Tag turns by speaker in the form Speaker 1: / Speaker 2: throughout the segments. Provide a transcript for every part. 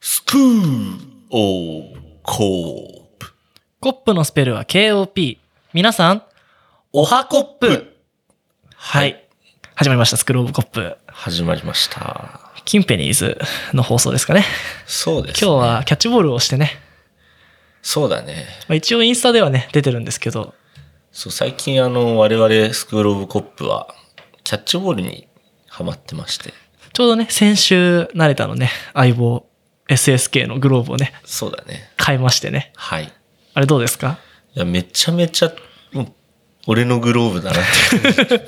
Speaker 1: フーオーコープ。
Speaker 2: コップのスペルは KOP。皆さん、おはコップ。はい。始まりました、スクローブコップ。
Speaker 1: 始まりました。
Speaker 2: キンペニーズの放送ですかね。
Speaker 1: そうです、
Speaker 2: 今日は。キャッチボールをしてね。
Speaker 1: そうだね。
Speaker 2: まあ、一応インスタではね、出てるんですけど、
Speaker 1: そう、最近あの、我々スクールオブコップは、キャッチボールにハマってまして。
Speaker 2: ちょうどね、先週慣れたのね、相棒 SSK のグローブをね、
Speaker 1: そうだね。
Speaker 2: 買いましてね。
Speaker 1: はい。い
Speaker 2: あれどうですか
Speaker 1: や、めちゃめちゃ、もう、俺のグローブだなって 感じ
Speaker 2: かっ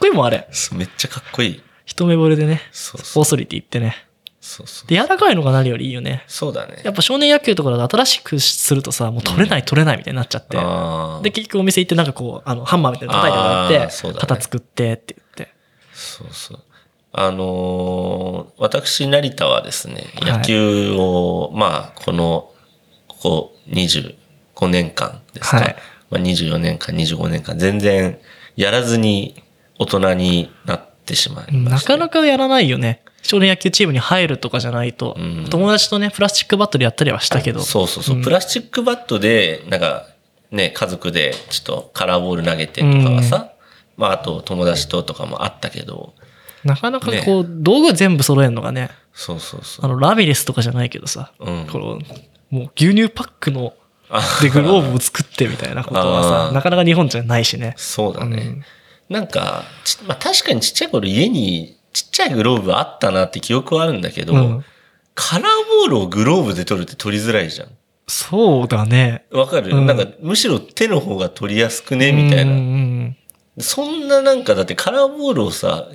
Speaker 2: こいいもん、あれ。
Speaker 1: そうめっちゃかっこいい。
Speaker 2: 一目惚れでね、
Speaker 1: そうそ
Speaker 2: オー
Speaker 1: う。
Speaker 2: ソリティってね。
Speaker 1: そうそう。
Speaker 2: で、柔らかいのが何よりいいよね。
Speaker 1: そうだね
Speaker 2: や。っぱ少年野球とかだと新しくするとさ、もう取れない取れないみたいになっちゃって。
Speaker 1: ああ。
Speaker 2: で、結局お店行ってなんかこう、あの、ハンマーみたいなの叩いてもらって、
Speaker 1: あーそうだね
Speaker 2: 型作ってって言って。
Speaker 1: そうそう。あのー私、成田はですね、
Speaker 2: はい
Speaker 1: 野球を、まあ、この、ここ25年間ですか、
Speaker 2: はい
Speaker 1: まあ、24年間、25年間、全然やらずに大人になってしまいま
Speaker 2: な
Speaker 1: した。
Speaker 2: かなかやらないよね。少年野球チームに入るとかじゃないと、
Speaker 1: うん
Speaker 2: 友達とね、プラスチックバットでやったりはしたけど、
Speaker 1: そうそうそう、
Speaker 2: うん
Speaker 1: プラスチックバットで、なんか、ね、家族でちょっとカラーボール投げてとかはさ、まあ、あと友達ととかもあったけど、
Speaker 2: なかなかこう、道具全部揃えるのがね、
Speaker 1: そうそうそ
Speaker 2: あ
Speaker 1: う。
Speaker 2: の、ラミレスとかじゃないけどさ、
Speaker 1: うん
Speaker 2: この、もう牛乳パックの、
Speaker 1: あ
Speaker 2: でグローブを作ってみたいなことは
Speaker 1: あ
Speaker 2: さ、
Speaker 1: ー
Speaker 2: なかなか日本じゃないしね。
Speaker 1: そうだね。なんか、ちまあ、確かにちっちゃい頃家にちっちゃいグローブあったなって記憶はあるんだけど、
Speaker 2: うん
Speaker 1: カラーボールをグローブで取るって取りづらいじゃん。
Speaker 2: そうだね。
Speaker 1: わかる、
Speaker 2: うん
Speaker 1: なんかむしろ手の方が取りやすくねみたい
Speaker 2: うんう
Speaker 1: な。
Speaker 2: ん
Speaker 1: そんななんかだってカラーボールをさ、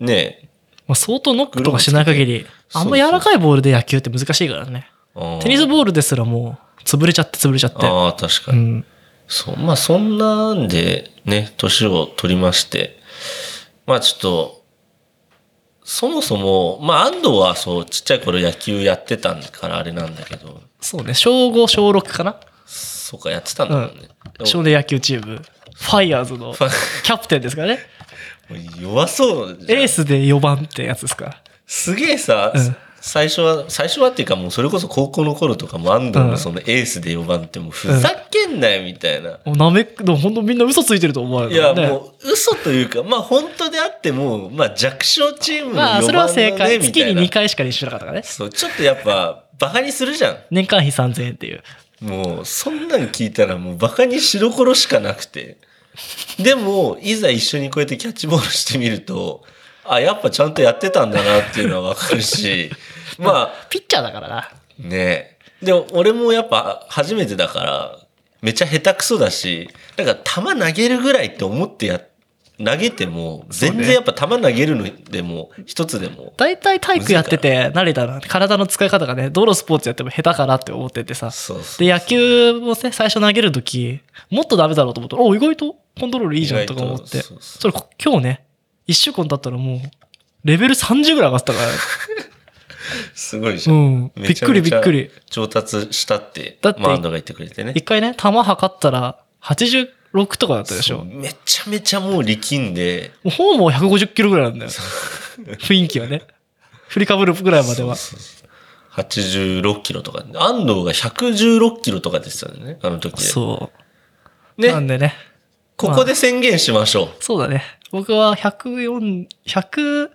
Speaker 1: ねえ、
Speaker 2: まあ、相当ノックとかしない限り、あんま柔らかいボールで野球って難しいからね。
Speaker 1: あー
Speaker 2: テニスボールですらもう、潰れちゃって潰れちゃって。
Speaker 1: ああ、確か
Speaker 2: う
Speaker 1: に。
Speaker 2: ん。
Speaker 1: そう。まあそんなんでね、年を取りまして、まあちょっと、そもそも、まあ安藤はそう、ちっちゃい頃野球やってたからあれなんだけど、
Speaker 2: そうね、小5、小6かな
Speaker 1: そうか、やってたんだもんね。でも
Speaker 2: 少年野球チーム。ファイヤーズの
Speaker 1: ファ
Speaker 2: キャプテンですか ね。
Speaker 1: 弱そうじゃん
Speaker 2: エースで4番ってやつですか。
Speaker 1: すげえさ、
Speaker 2: うん
Speaker 1: 最初は、最初はっていうかもうそれこそ高校の頃とかも安藤のそのエースで4番ってもうふざけんなよみたいな。
Speaker 2: もうなめっく、でも本当みんな嘘ついてると思われ
Speaker 1: い
Speaker 2: るか
Speaker 1: や、
Speaker 2: らね。
Speaker 1: もう嘘というか、まあ本当であっても、まあ弱小チームの4番
Speaker 2: ま
Speaker 1: だ
Speaker 2: あ、
Speaker 1: ね
Speaker 2: それは正解。
Speaker 1: みた
Speaker 2: 月
Speaker 1: い
Speaker 2: に
Speaker 1: な
Speaker 2: 2回しか練習しなかったからね。
Speaker 1: そう、ちょっとやっぱ、バカにするじゃ
Speaker 2: 年間費3000円っていう。
Speaker 1: ん。もう、そんなん聞いたらもうバカに白黒しかなくて。でも、いざ一緒にこうやってキャッチボールしてみると、あ、やっぱちゃんとやってたんだなっていうのはわかる し、まあ、
Speaker 2: ピッチャーだからな。
Speaker 1: ねでも俺もやっぱ初めてだから、めちゃ下手くそだし、なんか球投げるぐらいって思ってや、投げても、全然やっぱ球投げるのでも、一つでも、
Speaker 2: 大体体育やってて慣れたら体の使い方がね、どのスポーツやっても下手かなって思っててさ。
Speaker 1: そうそう。
Speaker 2: で、野球もね、最初投げるとき、もっとダメだろうと思ったら、お、意外とコントロールいいじゃんとか思っ
Speaker 1: 意
Speaker 2: て。
Speaker 1: 外とそうそう
Speaker 2: それこ、今日ね、一週間経ったらもう、レベル30ぐらい上がってたから、
Speaker 1: すごいじ
Speaker 2: う
Speaker 1: ゃん。
Speaker 2: ん。び
Speaker 1: め
Speaker 2: っ
Speaker 1: ちゃ
Speaker 2: くり
Speaker 1: め
Speaker 2: び
Speaker 1: ち
Speaker 2: っ
Speaker 1: ゃ
Speaker 2: くり。
Speaker 1: 上達したって、
Speaker 2: だって
Speaker 1: マンドが言ってくれてね
Speaker 2: 一。回ね、球測ったら、86とかだったでし
Speaker 1: そう
Speaker 2: ょ。も
Speaker 1: めちゃめちゃもう力んで、
Speaker 2: うフォームは150キロぐらいなんだよ。雰囲気はね。振りかぶるぐらいまでは。
Speaker 1: そうそう86キロとか、安藤が116キロとかでしたよね、あの時。
Speaker 2: そう。
Speaker 1: ね
Speaker 2: なんでね。
Speaker 1: ここで宣言しましょう。
Speaker 2: そうだね。僕は104、130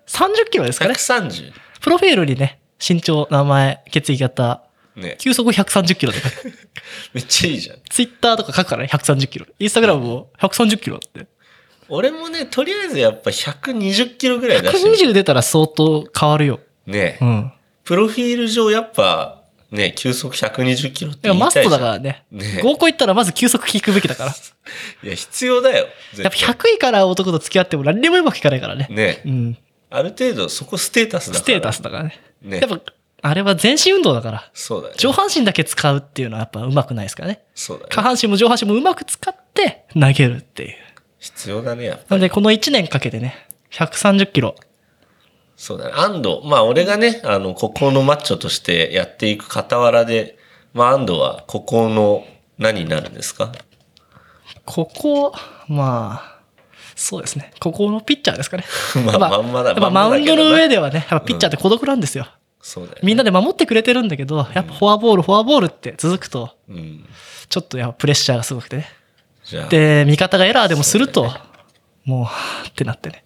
Speaker 2: キロですかね。
Speaker 1: 130。
Speaker 2: プロフィールにね、身長、名前、血液型、
Speaker 1: ね。
Speaker 2: 球速130キロで書く。
Speaker 1: めっちゃいいじゃん。
Speaker 2: ツイッターとか書くからね、130キロ。インスタグラムも130キロって。
Speaker 1: 俺もね、とりあえずやっぱ120キロぐらい出してみる
Speaker 2: 120出たら相当変わるよ。
Speaker 1: ね
Speaker 2: う。ん。
Speaker 1: プロフィール上やっぱ、ね、球速120キロって
Speaker 2: だから
Speaker 1: 言い
Speaker 2: マ
Speaker 1: た
Speaker 2: ス
Speaker 1: いじ
Speaker 2: ト
Speaker 1: ゃん。
Speaker 2: だからね。
Speaker 1: ね
Speaker 2: 合コン行ったらまず球速引くべき だから。
Speaker 1: いや、必要だよ。絶
Speaker 2: やっ
Speaker 1: 対
Speaker 2: ぱ100位から男と付き合っても何にもうまくいかないからね。
Speaker 1: ね。
Speaker 2: うん。
Speaker 1: ある程度そこステータスだから。
Speaker 2: ステータスだからね。
Speaker 1: ね
Speaker 2: やっぱ、あれは全身運動だから。
Speaker 1: そうだね。
Speaker 2: 上半身だけ使うっていうのはやっぱうまくないですからね。
Speaker 1: そうだ
Speaker 2: 下
Speaker 1: ね。
Speaker 2: 半身も上半身もうまく使って投げるっていう。
Speaker 1: 必要だね、やっぱ。
Speaker 2: なので、この1年かけてね、130キロ。
Speaker 1: そうだね。安藤、まあ俺がね、あの、孤高のマッチョとしてやっていく傍らで、まあ安藤は孤高の何になるんですか
Speaker 2: ここ、まあ、そうですね。ここのピッチャーですかね
Speaker 1: 。まあまんまだ
Speaker 2: やっぱ
Speaker 1: まんま
Speaker 2: マ
Speaker 1: だ
Speaker 2: ウ
Speaker 1: け
Speaker 2: ン
Speaker 1: ど
Speaker 2: ド
Speaker 1: な
Speaker 2: の上ではね、やっぱピッチャーって孤独なんですよ。
Speaker 1: そうだよ、ね。
Speaker 2: みんなで守ってくれてるんだけど、やっぱフォアボール、フォアボールって続くと、
Speaker 1: うん。
Speaker 2: ちょっとやっぱプレッシャーがすごくてね。
Speaker 1: じゃあ、
Speaker 2: で、味方がエラーでもすると、
Speaker 1: そう
Speaker 2: もう、はぁってなってね。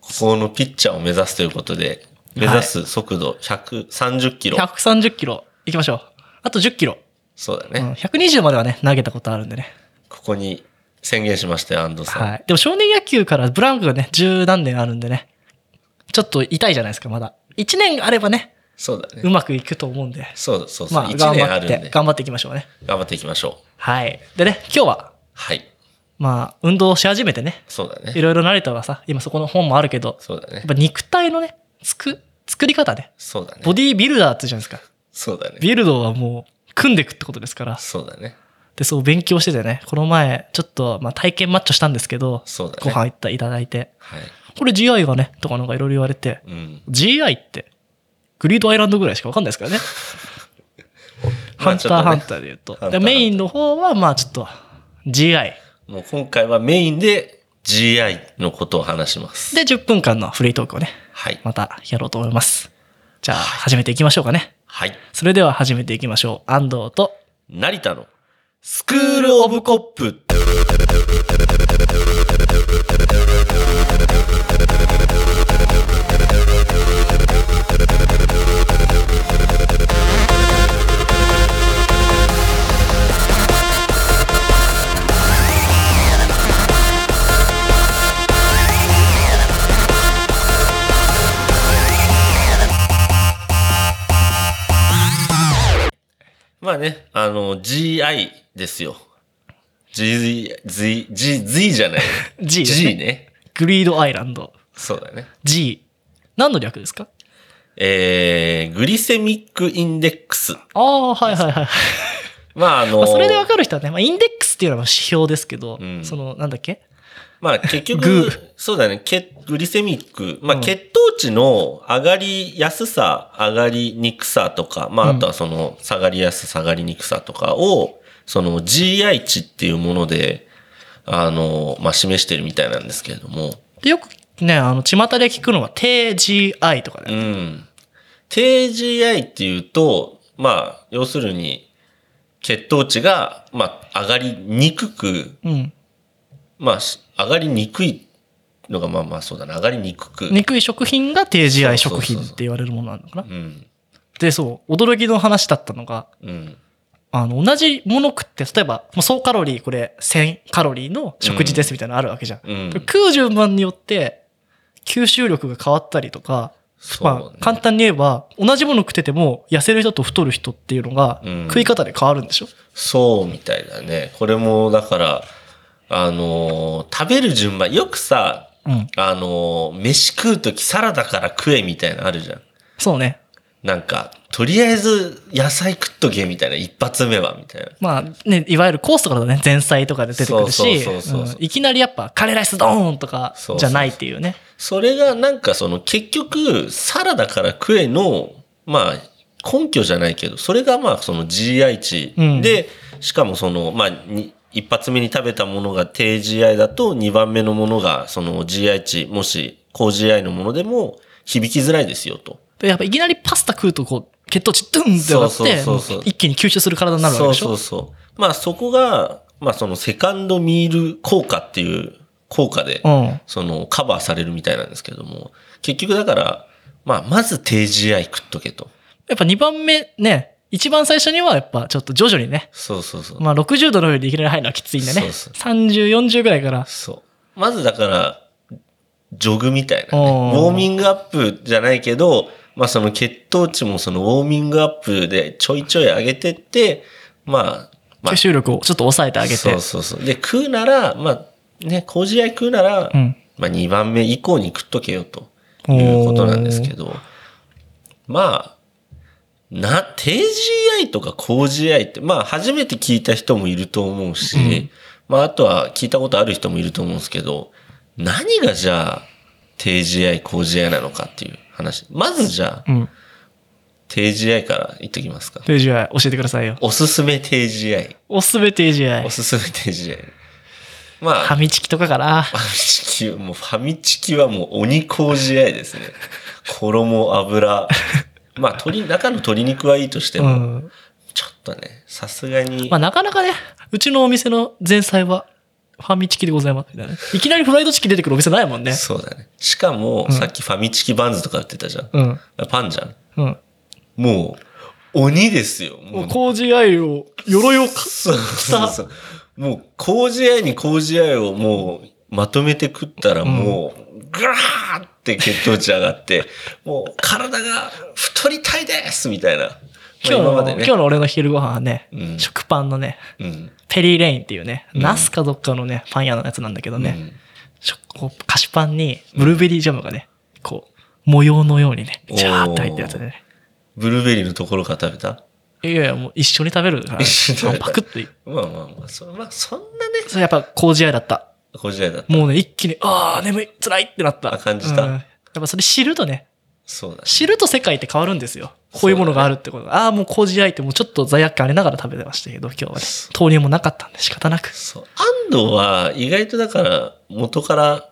Speaker 1: ここのピッチャーを目指すということで、目指す速度130キロ。
Speaker 2: 130キロ、行きましょう。あと10キロ。
Speaker 1: そうだ
Speaker 2: う
Speaker 1: ね、
Speaker 2: ん、120まではね、投げたことあるんでね。
Speaker 1: ここに宣言しましたよ、安藤さん。
Speaker 2: はい。でも少年野球からブランクがね、十何年あるんでね。ちょっと痛いじゃないですか、まだ。1年あればね、
Speaker 1: そうだね。
Speaker 2: うまくいくと思うんで。
Speaker 1: そうそうそう。
Speaker 2: まあ、
Speaker 1: 1
Speaker 2: 頑
Speaker 1: 年あ
Speaker 2: 張っ
Speaker 1: るんで
Speaker 2: て、頑張っていきましょうね。
Speaker 1: 頑張っていきましょう。
Speaker 2: はい。でね、今日は、
Speaker 1: はい。
Speaker 2: まあ、運動し始めてね、
Speaker 1: そうだ
Speaker 2: い
Speaker 1: ね。
Speaker 2: ろいろ慣れたらさ、今そこの本もあるけど、
Speaker 1: そうだね
Speaker 2: やっ。ぱ肉体のね、つく、作り方ね。
Speaker 1: そうだね
Speaker 2: ボ。ディービルダーって言うじゃないですか。
Speaker 1: そうだね。
Speaker 2: ビルドはもう、組んでいくってことですから。
Speaker 1: そうだね。
Speaker 2: で、そう勉強しててね、この前、ちょっと、まあ、体験マッチョしたんですけど、
Speaker 1: そうだ
Speaker 2: ご
Speaker 1: ね。
Speaker 2: 飯いったいただいて、
Speaker 1: はい。
Speaker 2: これ GI がね、とかなんかいろいろ言われて、
Speaker 1: うん。
Speaker 2: GI って、グリードアイランドぐらいしかわかんないですからね。ハ
Speaker 1: まあちょ
Speaker 2: ンター
Speaker 1: っとね
Speaker 2: ハンターで言うと。
Speaker 1: ハンターハンタ
Speaker 2: で
Speaker 1: ー
Speaker 2: メインの方は、まあちょっと、GI。
Speaker 1: もう今回はメインで GI のことを話します。
Speaker 2: で、10分間のフリートークをね、
Speaker 1: はい。
Speaker 2: またやろうと思います。じゃあ、始めていきましょうかね。
Speaker 1: はい。
Speaker 2: それでは始めていきましょう。安藤と、
Speaker 1: 成田のスクールオブコップ。まあね、あの、GI ですよ。GZ、Z、G、Z じゃない。
Speaker 2: G ですね
Speaker 1: G ね。
Speaker 2: グリードアイランド、
Speaker 1: そうだね。
Speaker 2: G。何の略ですか
Speaker 1: えー、グリセミックインデックス。
Speaker 2: ああ、はいはいはい。
Speaker 1: まああの、
Speaker 2: まあ、それでわかる人はね、まあ、インデックスっていうのは指標ですけど、
Speaker 1: うん
Speaker 2: その、なんだっけ
Speaker 1: まあ結
Speaker 2: グ
Speaker 1: 局、そうだね、血グリセミック、ま
Speaker 2: う
Speaker 1: あ
Speaker 2: ん
Speaker 1: 血糖値の上がりやすさ、上がりにくさとか、まあ
Speaker 2: うん
Speaker 1: あとはその下がりやすさ、下がりにくさとかを、その GI 値っていうもので、あの、まあ示してるみたいなんですけれども、
Speaker 2: でよくね、あの、巷で聞くのは、低 GI とか
Speaker 1: う
Speaker 2: ね。
Speaker 1: ん。低 GI っていうと、まあ要するに、血糖値が、まあ上がりにくく、
Speaker 2: うん。
Speaker 1: まあし上がりにくいのがまあまあそうだな、上がりにくく。
Speaker 2: 憎い食品が低
Speaker 1: そう
Speaker 2: GI
Speaker 1: そうそ
Speaker 2: 食
Speaker 1: う
Speaker 2: 品って言われるものなのかな。
Speaker 1: うん。
Speaker 2: で、そう、驚きの話だったのが、
Speaker 1: うん。
Speaker 2: あの、同じもの食って、例えば、もう総カロリー、これ、1000カロリーの食事ですみたいなのあるわけじゃん。
Speaker 1: うん
Speaker 2: で食う順番によって、吸収力が変わったりとか、
Speaker 1: そうね
Speaker 2: まあ、簡単に言えば、同じもの食ってても、痩せる人と太る人っていうのが
Speaker 1: うん、
Speaker 2: 食い方で変わるんでしょ、
Speaker 1: そうみたいだね。これも、だから、あのー食べる順番、よくさ、
Speaker 2: うん。
Speaker 1: あのー飯食うときサラダから食えみたいなのあるじゃん。
Speaker 2: そうね。
Speaker 1: なんか、とりあえず野菜食っとけみたいな、一発目はみたいな。
Speaker 2: まあね、いわゆるコースとかだとね、前菜とかで出てくるし、
Speaker 1: そうそうそうそうそう
Speaker 2: うんいきなりやっぱカレーライスドーンとか
Speaker 1: そうそうそう
Speaker 2: じゃないっていうね。
Speaker 1: それがなんかその結局、サラダから食えの、まあ、根拠じゃないけど、それがまあその GI 値
Speaker 2: うん
Speaker 1: で、しかもその、まあ、に一発目に食べたものが低 GI だと、二番目のものがその GI 値、もし高 GI のものでも響きづらいですよと。
Speaker 2: でやっぱいきなりパスタ食うとこう、血糖値ドゥンって上がっ
Speaker 1: そうそう
Speaker 2: て、
Speaker 1: そうそう
Speaker 2: もう一気に吸収する体になるわ
Speaker 1: そう
Speaker 2: けでしょ
Speaker 1: そうそう。まあそこが、まあそのセカンドミール効果っていう効果で、
Speaker 2: うん。
Speaker 1: そのカバーされるみたいなんですけども、結局だから、まあまず低 GI 食っとけと。
Speaker 2: やっぱ2番目ね、一番最初にはやっぱちょっと徐々にね、
Speaker 1: そうそうそう。
Speaker 2: まあ60度の上でいきなり入るのはきついんでね、
Speaker 1: そうそう
Speaker 2: 30、40ぐらいから、
Speaker 1: そう。まずだから、ジョグみたいな、ね。
Speaker 2: おー
Speaker 1: ウォーミングアップじゃないけど、まあその血糖値もそのウォーミングアップでちょいちょい上げてって、まあ、まあ
Speaker 2: 吸、収力をちょっと抑えてあげて、
Speaker 1: そうそうそう。で、食うなら、まあね、麹試合食うなら、
Speaker 2: うん
Speaker 1: まあ2番目以降に食っとけよということなんですけど、まあ、な、低 GI とか高 GI って、まあ初めて聞いた人もいると思うし、まああとは聞いたことある人もいると思うんですけど、何がじゃあ低 GI、高 GI なのかっていう話。まずじゃあ、
Speaker 2: うん。
Speaker 1: 低 GI から言っときますか。
Speaker 2: 低 GI 教えてくださいよ。
Speaker 1: おすすめ低 GI。
Speaker 2: おすすめ低 GI
Speaker 1: お。すすめ低 GI。まあ
Speaker 2: ファ、ミチキとかかな。
Speaker 1: ファミチキ、もうファミチキはもう鬼麹試合ですね。衣、油、まあ、鶏、中の鶏肉はいいとして
Speaker 2: う
Speaker 1: も、
Speaker 2: ん。
Speaker 1: ちょっとね、さすがに
Speaker 2: まあ、、なかなかね、うちのお店の前菜は、ファミチキでございますみたいなね。いきなりフライドチキン出てくるお店ないもんね。
Speaker 1: そうだね。しかも、
Speaker 2: うん
Speaker 1: さっきファミチキバンズとか売ってたじゃん。
Speaker 2: うん。
Speaker 1: パンじゃん。
Speaker 2: うん。
Speaker 1: もう、鬼ですよ。もう、
Speaker 2: 麹愛を、鎧をか、
Speaker 1: そうそうそう。もう、麹愛に麹愛をもう、まとめて食ったらもう、ぐらーって血糖値上が って、もう、体が太りたいですみたいな。まあ
Speaker 2: 今日
Speaker 1: 今ま
Speaker 2: の、
Speaker 1: でね
Speaker 2: 今日の俺の昼ご飯はね、
Speaker 1: うん
Speaker 2: 食パンのね、
Speaker 1: うん。
Speaker 2: ペリーレインっていうね、
Speaker 1: うん
Speaker 2: ナスかどっかのね、パン屋のやつなんだけど
Speaker 1: う
Speaker 2: ね、
Speaker 1: ん
Speaker 2: 食こう菓子パンにブルーベリージャムがね、こう、模様のようにね、ジャーって入ってるやつでね。
Speaker 1: ブルーベリーのところから食べた
Speaker 2: いやいや、もう一緒に食べるから、
Speaker 1: 一緒に食べた
Speaker 2: パクッとい。
Speaker 1: まあまあまあ、そ,、まあ、そんなね、
Speaker 2: それやっぱ麹愛だった。
Speaker 1: 麹愛だった。
Speaker 2: もうね、一気に、ああ、眠い、辛いってなった。
Speaker 1: あ感じた
Speaker 2: うんやっぱそれ知るとね、
Speaker 1: そうだね。
Speaker 2: 知ると世界って変わるんですよ。こういうものがあるってこと。ああ、もう麹愛ってもうちょっと罪悪感ありながら食べてましたけど、今日はね
Speaker 1: そ。
Speaker 2: 豆乳もなかったんで仕方なく。
Speaker 1: そう。安藤は意外とだから元から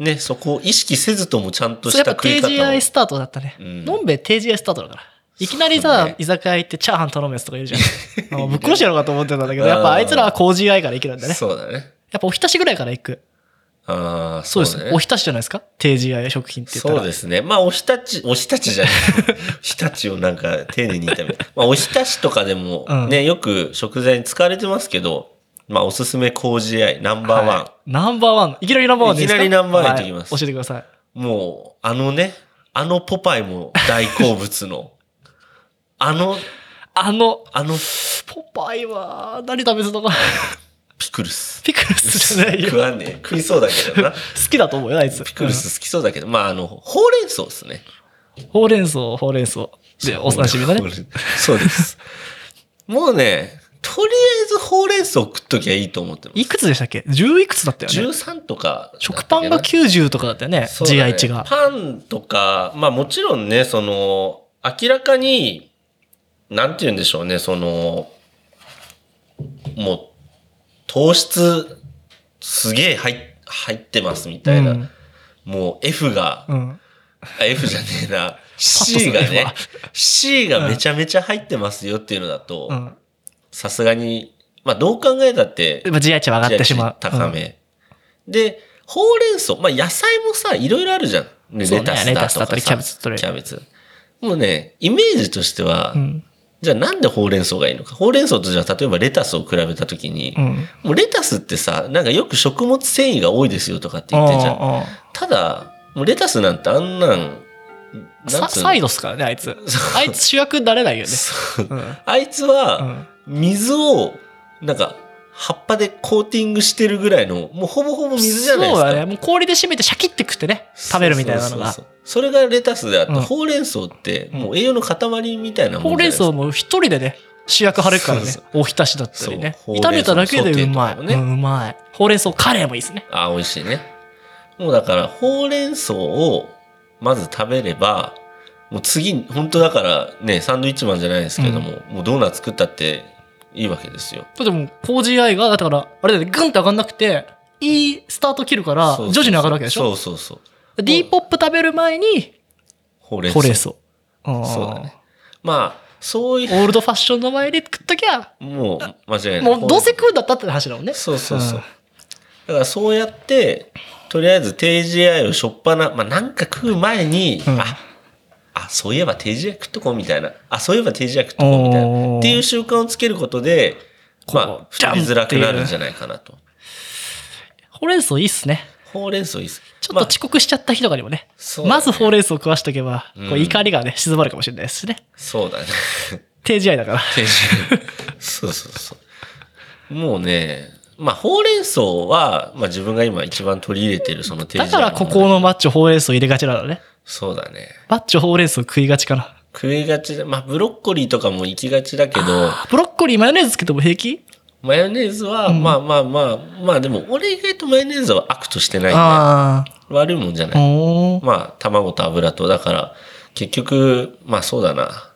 Speaker 1: ね、そこを意識せずともちゃんと
Speaker 2: それ
Speaker 1: し
Speaker 2: や
Speaker 1: た
Speaker 2: っぱ
Speaker 1: 食
Speaker 2: 定
Speaker 1: い方を。
Speaker 2: 時愛スタートだったね。
Speaker 1: うん
Speaker 2: のんべえ定時愛スタートだから。いきな
Speaker 1: そ
Speaker 2: り
Speaker 1: う
Speaker 2: さ、
Speaker 1: ね
Speaker 2: 居酒屋行ってチャーハン頼むやつとかいるじ ゃん。あーぶっ殺してやろうかと思ってたんだけど、やっぱあいつらは麹愛から行けるんだね。
Speaker 1: そうだね。
Speaker 2: やっぱおひたしぐらいから行く。
Speaker 1: ああ、
Speaker 2: そ
Speaker 1: そうう
Speaker 2: です
Speaker 1: だ
Speaker 2: ね。
Speaker 1: ね。
Speaker 2: おひたしじゃないですか定時愛食品って言ったら。
Speaker 1: そうですね。まあ、おひたち、おひたち じゃない。ひたちをなんか丁寧に炒めた。まあ、おひたしとかでも
Speaker 2: うん
Speaker 1: ね、よく食材に使われてますけど、まあ、おすすめ麹合い、ナンバーワン。
Speaker 2: はいナンバーワン。いきなりナンバーワンでいいですか
Speaker 1: いきなりナンバーワンいってきます
Speaker 2: はい教えてください。
Speaker 1: もう、あのね、あのポパイも大好物 の、あの、
Speaker 2: あの、
Speaker 1: あの
Speaker 2: ポパイは、何食べて たか。
Speaker 1: ピクルス。
Speaker 2: ピクルスじゃない
Speaker 1: 食
Speaker 2: よ。
Speaker 1: わねえ。食いそうだけどな。
Speaker 2: 好きだと思うよ、あいつ。
Speaker 1: ピクルス好きそうだけど、まあ、あの、ほうれん草ですね。
Speaker 2: うん。ほうれん草、ほうれん草。で、お刺身だ
Speaker 1: ほう
Speaker 2: ね。
Speaker 1: れんそうです。もうね、とりあえずほうれん草食っときゃいいと思ってます。
Speaker 2: いくつでしたっけ ?10 いくつだったよね。
Speaker 1: 13とかだったっけな。
Speaker 2: 食パンが90とかだったよね、
Speaker 1: そうだね
Speaker 2: GI 値が。
Speaker 1: パンとか、まあもちろんね、その、明らかに、なんて言うんでしょうね、その、もう、糖質、すげえ入っ入ってますみたいな。
Speaker 2: うん
Speaker 1: もう F が、
Speaker 2: うん。
Speaker 1: あ F じゃねえな、
Speaker 2: る
Speaker 1: C が
Speaker 2: F
Speaker 1: ね
Speaker 2: は、
Speaker 1: C がめちゃめちゃ入ってますよっていうのだと、
Speaker 2: うん。
Speaker 1: さすがに、まあどう考えたって
Speaker 2: やっ、ぱ GI 値は上がってしまう。
Speaker 1: 高め。で、ほうれん草、まあ野菜もさ、いろいろあるじゃん。ね
Speaker 2: そう
Speaker 1: レ
Speaker 2: ね
Speaker 1: タス
Speaker 2: レタ
Speaker 1: だ
Speaker 2: ス
Speaker 1: と
Speaker 2: だ
Speaker 1: か
Speaker 2: ったり
Speaker 1: さ
Speaker 2: キャベツ取れる
Speaker 1: キャベツ。もうね、イメージとしては、
Speaker 2: うん。うん。
Speaker 1: じゃあなんでほうれん草がいいのか。ほうれん草とじゃあ例えばレタスを比べたときに、
Speaker 2: うん。
Speaker 1: もうレタスってさ、なんかよく食物繊維が多いですよとかって言ってんじゃん。
Speaker 2: あ
Speaker 1: ただ、もうレタスなんてあんなん、なん
Speaker 2: あ
Speaker 1: つうの
Speaker 2: さサイドっすからね、あいつ。あいつ主役になれないよね。
Speaker 1: そう
Speaker 2: うん。
Speaker 1: あいつ
Speaker 2: う
Speaker 1: は、
Speaker 2: ん
Speaker 1: 水を、なんか、葉っぱでコーティングしてるぐらいの、もうほぼほぼ水じゃないですか。
Speaker 2: そうだね。もう氷で締めてシャキって食ってね、食べるみたいなのが
Speaker 1: そうそう。そうそれがレタスであって、
Speaker 2: うん
Speaker 1: ほうれん草ってもう栄養の塊みたいなも
Speaker 2: ほ
Speaker 1: ん
Speaker 2: うれん草
Speaker 1: ん
Speaker 2: も一人でね、主役張るからね
Speaker 1: そう。
Speaker 2: おひたしだったりね。
Speaker 1: そう
Speaker 2: 炒めただけでうまい。
Speaker 1: ほうれん草ソテーとかもね
Speaker 2: うんうまい。ほうれん草カレーもいいですね。
Speaker 1: あ美味しいねもうだからほうれん草をまず食べればもう次本当だからねサンドイッチマンじゃないですけども、もうドーナツ作ったっていいわけですよ
Speaker 2: だってもう、麹愛が、だから、あれだよね、グンって上がんなくて、いいスタート切るから、
Speaker 1: そうそう
Speaker 2: 徐々に上がるわけでしょ
Speaker 1: そうそうそう
Speaker 2: ?D ポップ食べる前に、
Speaker 1: ほうれん
Speaker 2: ほ
Speaker 1: 草
Speaker 2: うれん草。ああ
Speaker 1: そうだねまあそう
Speaker 2: オ
Speaker 1: いう
Speaker 2: ールドファッションの前に食っときゃ、
Speaker 1: もう間違いない
Speaker 2: もうどうせ食うんだったって話だもんね。
Speaker 1: そうそうそう。
Speaker 2: ん
Speaker 1: だからそうやって、とりあえず定時愛をしょっぱな、まあなんか食う前に、
Speaker 2: うん
Speaker 1: あ、あ、そういえば定時愛食っとこうみたいな。あ、そういえば定時愛食っとこうみたい
Speaker 2: おー
Speaker 1: な。っていう習慣をつけることで、
Speaker 2: こう
Speaker 1: まあ、
Speaker 2: ジャン
Speaker 1: 太りづらくなるんじゃないかなと。
Speaker 2: ほうれん草いいっすね。
Speaker 1: ほうれん草いいです。
Speaker 2: ちょっ
Speaker 1: ま
Speaker 2: と
Speaker 1: あ
Speaker 2: 遅刻しちゃった日とかにもね。
Speaker 1: そうだね
Speaker 2: まずほうれん草を食わしとけば、
Speaker 1: うん
Speaker 2: こう怒りがね、静まるかもしれないですしね。
Speaker 1: そうだね。
Speaker 2: 定時愛だから。
Speaker 1: 定時愛。そうそうそう。もうね、まあ、ほうれん草は、まあ自分が今一番取り入れてるその定時
Speaker 2: だ
Speaker 1: 愛
Speaker 2: からここのマッチョほうれん草入れがちなのね。
Speaker 1: そうだね。
Speaker 2: マッチョほうれん草食いがちかな。
Speaker 1: 食いがちだ。まあ、ブロッコリーとかも行きがちだけど、
Speaker 2: ブロッコリーマヨネーズつけても平気
Speaker 1: マヨネーズは、まあまあまあ、まあでも、俺意外とマヨネーズは悪としてないんで、
Speaker 2: あ
Speaker 1: 悪いもんじゃ
Speaker 2: あ。
Speaker 1: ない。
Speaker 2: おー
Speaker 1: まあ、卵と油と、だから、結局、まあそうだな。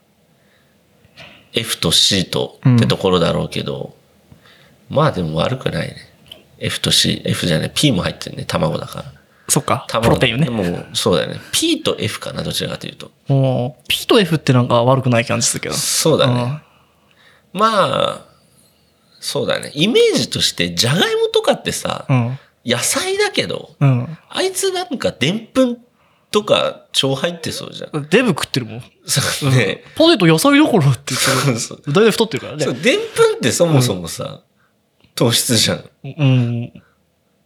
Speaker 1: F と C とってところだろうけど、まあでも悪くないね。F と C、F じゃない、P も入ってるね、卵だから。
Speaker 2: そっか。
Speaker 1: 多分
Speaker 2: プロテインね。
Speaker 1: もう、そうだよね。P と F かな、どちらかというと。
Speaker 2: もう、P と F ってなんか悪くない感じするけど。
Speaker 1: そうだね。まあ、そうだね。イメージとして、じゃがいもとかってさ、
Speaker 2: うん。
Speaker 1: 野菜だけど、
Speaker 2: うん。
Speaker 1: あいつなんかでんぷんとか腸入ってそうじゃん。
Speaker 2: うん。デブ食ってるもん。
Speaker 1: そう
Speaker 2: うん
Speaker 1: ね。
Speaker 2: ポテト野菜どころって言って
Speaker 1: そうそう。
Speaker 2: る。大体太ってるからね
Speaker 1: そう、。でんぷんってそもそもさ、糖質じゃん。
Speaker 2: うん。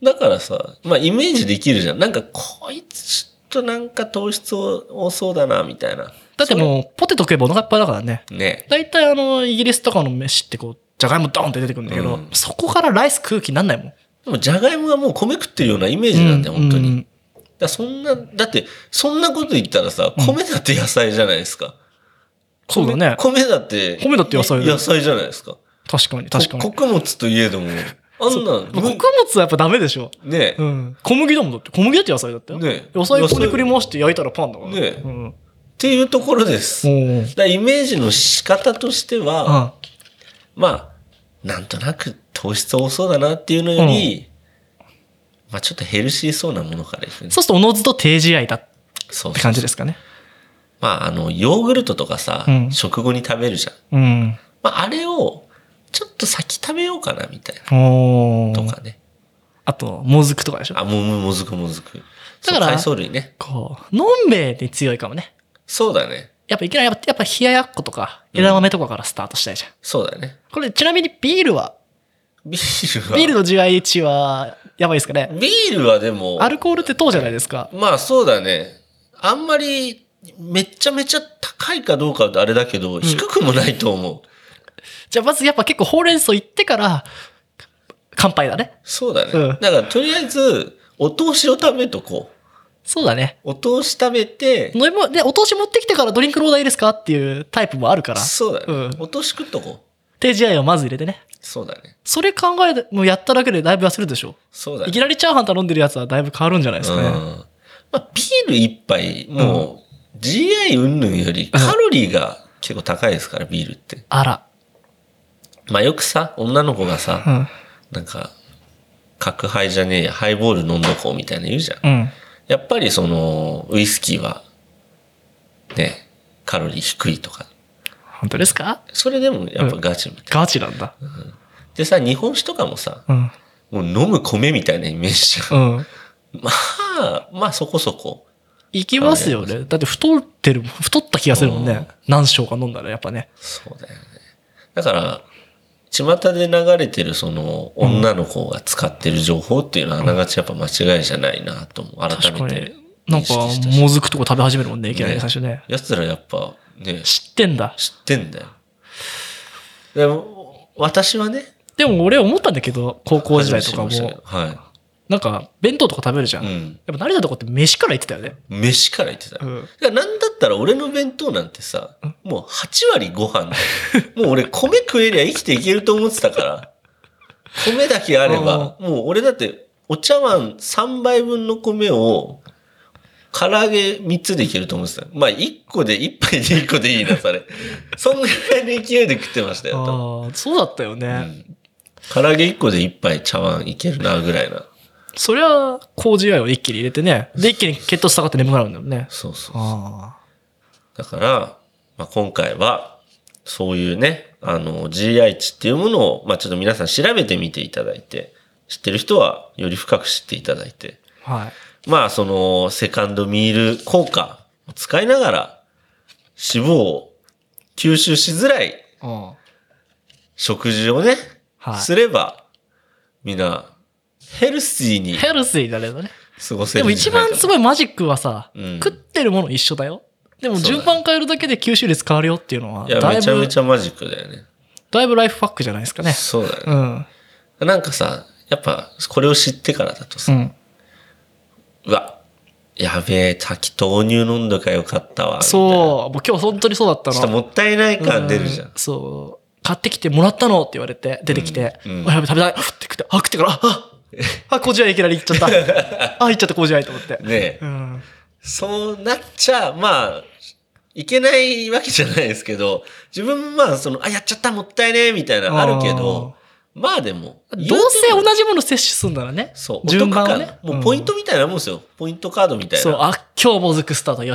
Speaker 1: だからさ、まあイメージできるじゃん。なんかこいつちょっとなんか糖質多そうだな、みたいな。
Speaker 2: だってもう、ポテト食えばお腹いっぱいだからね。
Speaker 1: ね。
Speaker 2: 大体あの、イギリスとかの飯ってこう、じゃがいもドーンって出てくるんだけど、
Speaker 1: うん
Speaker 2: そこからライス空気になんないもん。
Speaker 1: でもじゃがいもがもう米食ってるようなイメージなんだよ、本当に。
Speaker 2: う
Speaker 1: だか
Speaker 2: ん。
Speaker 1: らそんな、だって、そんなこと言ったらさ、
Speaker 2: うん
Speaker 1: 米だって野菜じゃないですか。
Speaker 2: そうだね。
Speaker 1: 米だって、
Speaker 2: 米だって野菜だよ
Speaker 1: 野菜じゃないですか。
Speaker 2: 確かに、確かに。
Speaker 1: こ穀物といえども、あんなん、
Speaker 2: 穀物はやっぱダメでしょ。
Speaker 1: ね
Speaker 2: うん。小麦だもんだって。小麦だって野菜だったよ。
Speaker 1: ね
Speaker 2: 野菜こねくり回して焼いたらパンだから。
Speaker 1: ね
Speaker 2: うん。お
Speaker 1: っていうところです。
Speaker 2: ー
Speaker 1: だからイメージの仕方としては、
Speaker 2: あ
Speaker 1: まあ、なんとなく糖質多そうだなっていうのより、まあちょっとヘルシーそうなものからいくね。
Speaker 2: そうすると、おのずと定時愛だっ
Speaker 1: そう
Speaker 2: て感じですかね。
Speaker 1: まああの、ヨーグルトとかさ、
Speaker 2: うん
Speaker 1: 食後に食べるじゃん。
Speaker 2: うん。
Speaker 1: まああれを、ちょっと先食べようかなみたい
Speaker 2: お
Speaker 1: な。と
Speaker 2: ー
Speaker 1: かね。
Speaker 2: あと、もずくとかでしょ。
Speaker 1: あ、もう、もうもずくもずく。
Speaker 2: だから
Speaker 1: そう海藻類ね。
Speaker 2: こう、のんべえに強いかもね。
Speaker 1: そうだね。
Speaker 2: やっぱいきなりやっぱ、やっぱ冷ややっことか、
Speaker 1: うん
Speaker 2: 枝豆とかからスタートしたいじゃん。
Speaker 1: そうだね。
Speaker 2: これ、ちなみにビールは、
Speaker 1: ビールは。
Speaker 2: ビールの GI 値は、やばいですかね。
Speaker 1: ビールはでも、
Speaker 2: アルコールって糖じゃないですか。
Speaker 1: まあそうだね。あんまり、めちゃめちゃ高いかどうかはあれだけど、低くもないと思う。
Speaker 2: じゃあ、まずやっぱ結構ほうれん草いってから、乾杯だね。
Speaker 1: そうだね。
Speaker 2: うん
Speaker 1: だからとりあえず、お通しを食べとこう。
Speaker 2: そうだね。
Speaker 1: お通し食べて、
Speaker 2: 飲み物、で、お通し持ってきてからドリンクローダーいいですかっていうタイプもあるから、
Speaker 1: そうだね。
Speaker 2: うん
Speaker 1: お通し食っとこう。
Speaker 2: 定時愛をまず入れてね。
Speaker 1: そうだね。
Speaker 2: それ考えて、もうやっただけでだいぶ痩せるでしょ。
Speaker 1: そうだ
Speaker 2: い
Speaker 1: ね。
Speaker 2: きなりチャーハン頼んでるやつはだいぶ変わるんじゃないですか
Speaker 1: う
Speaker 2: ね。
Speaker 1: ん。まあ、ビール一杯、もう、GI 云々よりカロリーが結構高いですから、ビールって。
Speaker 2: あら。
Speaker 1: まあよくさ、女の子がさ、
Speaker 2: うん。
Speaker 1: なんか、角杯じゃねえや、ハイボール飲んどこうみたいな言うじゃん。
Speaker 2: うん。
Speaker 1: やっぱりその、ウイスキーは、ね、カロリー低いとか。
Speaker 2: 本当ですか
Speaker 1: それでもやっぱガチみたいな。
Speaker 2: ガチなんだ。
Speaker 1: でさ、日本酒とかもさ、
Speaker 2: うん。
Speaker 1: もう飲む米みたいなイメージじ ゃん。
Speaker 2: うん。
Speaker 1: まあ、まあそこそこ。
Speaker 2: いきますよね。だって太ってるもん、太った気がするもんね。何升か飲んだらやっぱね。
Speaker 1: そうだよね。だから、巷で流れてるその女の子が使ってる情報っていうのはあながちやっぱ間違いじゃないなと思う。改
Speaker 2: 確か
Speaker 1: めて
Speaker 2: に。なん
Speaker 1: 認識
Speaker 2: か
Speaker 1: した、し。
Speaker 2: もずくとか食べ始めるもんね、いきなり
Speaker 1: ね
Speaker 2: 最初ね。
Speaker 1: 奴らやっぱね、
Speaker 2: 知ってんだ。
Speaker 1: 知ってんだよ。でも、私はね、
Speaker 2: でも俺思ったんだけど、高校時代とか
Speaker 1: 初めて知り
Speaker 2: も、
Speaker 1: ましたけどは
Speaker 2: なんか弁当とか食べるじゃん。
Speaker 1: い。う
Speaker 2: やっ
Speaker 1: ん。
Speaker 2: ぱ成田とかって飯から言ってたよね。
Speaker 1: 飯から言ってた。
Speaker 2: うん。
Speaker 1: だからなんだったら俺の弁当なんてさ、もう8割ご飯だよ もう俺米食えりゃ生きていけると思ってたから、米だけあれば、もう俺だってお茶碗3杯分の米を、唐揚げ3つでいけると思ってた。まあ1個で、1杯で1個でいいな、それ。そんぐらいの勢いで食ってましたよ、と。
Speaker 2: ああ、そうだったよね。
Speaker 1: うん唐揚げ1個で1杯茶碗いけるな、ぐらいな。
Speaker 2: そりゃ、工事愛を一気に入れてね。で、一気に血糖下がって眠くなるんだよね。
Speaker 1: そうそう。
Speaker 2: あ
Speaker 1: だから、まあ、今回は、そういうね、あの、GI 値っていうものを、まあ、ちょっと皆さん調べてみていただいて、知ってる人はより深く知っていただいて、
Speaker 2: あ。はい。
Speaker 1: まあ、その、セカンドミール効果を使いながら、脂肪を吸収しづらい
Speaker 2: うん。
Speaker 1: 食事をね、
Speaker 2: はい
Speaker 1: すれば、みんな、ヘルシーに
Speaker 2: ヘルシーだけどね。
Speaker 1: 過ごせ
Speaker 2: でも
Speaker 1: るんじ
Speaker 2: 一
Speaker 1: ゃないかな。
Speaker 2: 番すごいマジックはさ、
Speaker 1: うん
Speaker 2: 食ってるもの一緒だよ。でも
Speaker 1: そうだね
Speaker 2: 順番変えるだけで吸収率変わるよっていうのは、
Speaker 1: いや、
Speaker 2: だい
Speaker 1: めちゃ
Speaker 2: ぶ
Speaker 1: め、ちゃマジックだよね。
Speaker 2: だいぶライフファックじゃないですかね。
Speaker 1: そうだよ
Speaker 2: う
Speaker 1: ね。
Speaker 2: ん。
Speaker 1: なんかさ、やっぱ、これを知ってからだとさ
Speaker 2: う、ん。
Speaker 1: うわ、やべえ、滝豆乳飲んどかよかったわ。
Speaker 2: そう。もう今日本当にそうだった
Speaker 1: うちょっと
Speaker 2: の。
Speaker 1: もったいない感出るじゃ。
Speaker 2: うんそう。買ってきてもらったのって言われて、出てきて、
Speaker 1: うんうん
Speaker 2: あやべ食べたい。あって食って、あ、食ってから、あ、あ、あ、工事愛いきなり行っちゃ った。あ、行っちゃった工事愛と思って。
Speaker 1: ねえ
Speaker 2: うん。
Speaker 1: そうなっちゃ、まあ、いけないわけじゃないですけど、自分もまあ、その、あ、やっちゃった、もったいねえ、みたいなのあるけど、まあでも。
Speaker 2: どう
Speaker 1: 言て
Speaker 2: せ
Speaker 1: も
Speaker 2: 同じもの摂取すんならね。
Speaker 1: そう。
Speaker 2: 順番を
Speaker 1: お得
Speaker 2: ね
Speaker 1: 感。もうポイントみたいなもんですよ。ポイントカードみたいな。
Speaker 2: そう、あ、今日もずくスタート、よ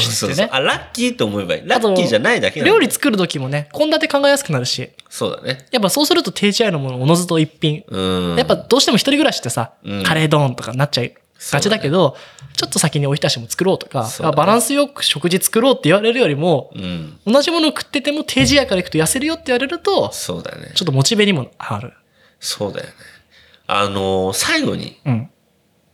Speaker 1: そうそう
Speaker 2: っ
Speaker 1: そ
Speaker 2: て
Speaker 1: う
Speaker 2: ね。
Speaker 1: あ、ラッキーと思えばいい。ラッキーじゃないだけなんだ
Speaker 2: 料理作る時もね、献立考えやすくなるし、
Speaker 1: そうだね。
Speaker 2: やっぱそうすると定置愛のものおのずと一品。
Speaker 1: うん。
Speaker 2: やっぱ、どうしても一人暮らしってさ、
Speaker 1: うん
Speaker 2: カレードーンとかなっちゃいがちだけど、ちょっと先におひたしも作ろうとか、
Speaker 1: そうだね
Speaker 2: バランスよく食事作ろうって言われるよりも、
Speaker 1: うん。
Speaker 2: 同じもの食ってても定時やから行くと痩せるよって言われると、
Speaker 1: そうだね
Speaker 2: ちょ。っとモチベにもある。
Speaker 1: そうだよね。あのー最後に、
Speaker 2: うん。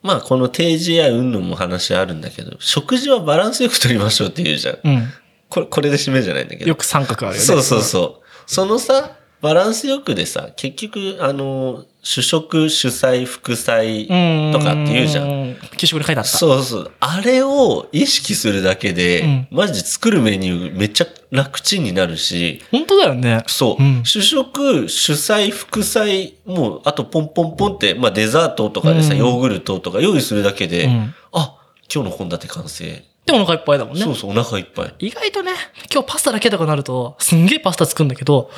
Speaker 1: まあこの定時や云々も話あるんだけど、食事はバランスよく取りましょうって言うじゃん。
Speaker 2: うん。
Speaker 1: これ、これで締めじゃないんだけど。
Speaker 2: よく三角あるよね。
Speaker 1: そうそうそう。そのさ、バランスよくでさ、結局、あのー主食、主菜、副菜
Speaker 2: うん。
Speaker 1: とかって言うじゃん。
Speaker 2: ん。給食に書いてあった。
Speaker 1: そうそう。あれを意識するだけで、
Speaker 2: うん
Speaker 1: マジ作るメニューめっちゃ楽ちんになるし、
Speaker 2: 本当だよね。
Speaker 1: そう、
Speaker 2: うん
Speaker 1: 主食、主菜、副菜、もう、あとポンポンポンって、まあデザートとかでさ、
Speaker 2: うん
Speaker 1: ヨーグルトとか用意するだけで、
Speaker 2: うん。
Speaker 1: あ、今日の献立完成、
Speaker 2: で、お腹いっぱいだもんね
Speaker 1: そ。うそう、お腹いっぱい。
Speaker 2: 意外とね、今日パスタだけとかなると、すんげえパスタ作るんだけど、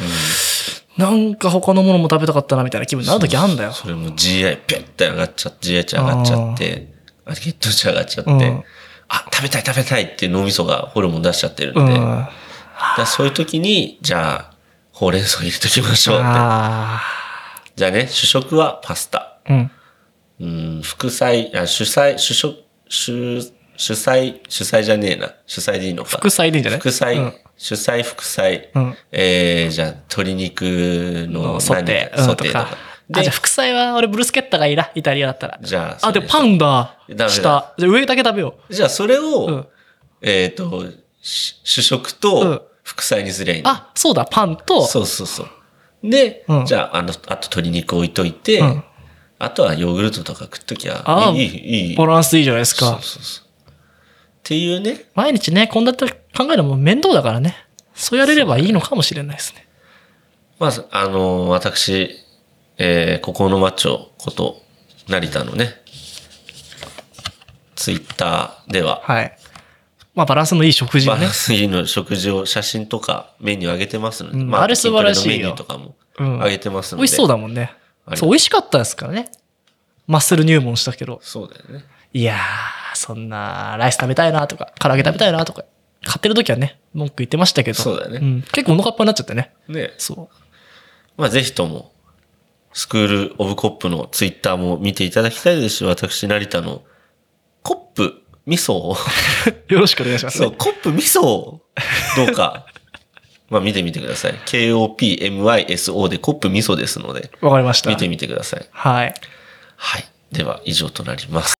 Speaker 2: なんか他のものも食べたかったなみたいな気分になる時あんだよ。
Speaker 1: それも GI ピュッて上がっちゃって、GI 値上がっちゃって、あ血糖値上がっちゃって、
Speaker 2: うん
Speaker 1: あ、食べたい食べたいって脳みそがホルモン出しちゃってるんで、
Speaker 2: うん。
Speaker 1: だか
Speaker 2: あ
Speaker 1: らそういう時に、じゃあ、ほうれん草入れときましょうって。
Speaker 2: あ
Speaker 1: じゃあね、主食はパスタ。
Speaker 2: ー。うん。
Speaker 1: うん、副菜、あ、主菜、主食、主、主菜、主菜じゃねえな。主菜でいいのか。
Speaker 2: 副菜でいいんじゃない
Speaker 1: 副菜、
Speaker 2: うん
Speaker 1: 主菜、副菜。
Speaker 2: うん
Speaker 1: えー、じゃあ、鶏肉の
Speaker 2: ソテー。
Speaker 1: 何
Speaker 2: うん
Speaker 1: ソ
Speaker 2: と
Speaker 1: テーと
Speaker 2: か
Speaker 1: か。。
Speaker 2: あ、じ
Speaker 1: で
Speaker 2: ゃあ、副菜は俺ブルスケッタがいいな。イタリアだったら。
Speaker 1: じゃあ、
Speaker 2: あ、でもパ
Speaker 1: ン。
Speaker 2: ンだ。
Speaker 1: ダメだ
Speaker 2: 下。じゃあ上だけ食べよ
Speaker 1: じゃあ、それを、
Speaker 2: うん
Speaker 1: えっ、と、し主食
Speaker 2: うん
Speaker 1: と副菜にすりゃいい、
Speaker 2: う。あ、そうだ、パンと、
Speaker 1: そうそうそう。で、
Speaker 2: うん
Speaker 1: じゃあ、あの、あと鶏肉置いといて、
Speaker 2: うん
Speaker 1: あとはヨーグルトとか食っときゃ
Speaker 2: あ、ー
Speaker 1: いい、いい、いい。
Speaker 2: バランスいいじゃないです
Speaker 1: そう
Speaker 2: か。
Speaker 1: そうそう。っていうね、
Speaker 2: 毎日ね、こんだって考えるのも面倒だからね。そうやれればいいのかもしれないですね。
Speaker 1: まあ、あの、私、えー、ここのマッチョこと、成田のね、ツイッターでは、
Speaker 2: はい。まあ、バランスのいい食事を
Speaker 1: バラ
Speaker 2: ね
Speaker 1: ン。スいいの食事を写真とかメニュー上げてますので、
Speaker 2: うんあれ素晴らしいよ
Speaker 1: 筋トレのメニューとかも
Speaker 2: うん
Speaker 1: 上げてますので。
Speaker 2: 美味しそうだもんね
Speaker 1: ありがと。う
Speaker 2: そう、美味しかったですからね。マッスル入門したけど。
Speaker 1: そうだよね。
Speaker 2: いやー、そんな、ライス食べたいなとか、唐揚げ食べたいなとか、買ってる時はね、文句言ってましたけど。
Speaker 1: そうだよね
Speaker 2: ん結構お腹いっぱいになっちゃってね。
Speaker 1: ね。
Speaker 2: そう。
Speaker 1: まあ、ぜひとも、スクールオブコップのツイッターも見ていただきたいですし、私、成田のコップ味噌を、
Speaker 2: よろしくお願いします、
Speaker 1: そう、コップ味噌を、どう か、まあ見てみてください。KOPMISO でコップ味噌ですので、
Speaker 2: わかりました。
Speaker 1: 見てみてください。
Speaker 2: はい。
Speaker 1: はい。では、以上となります。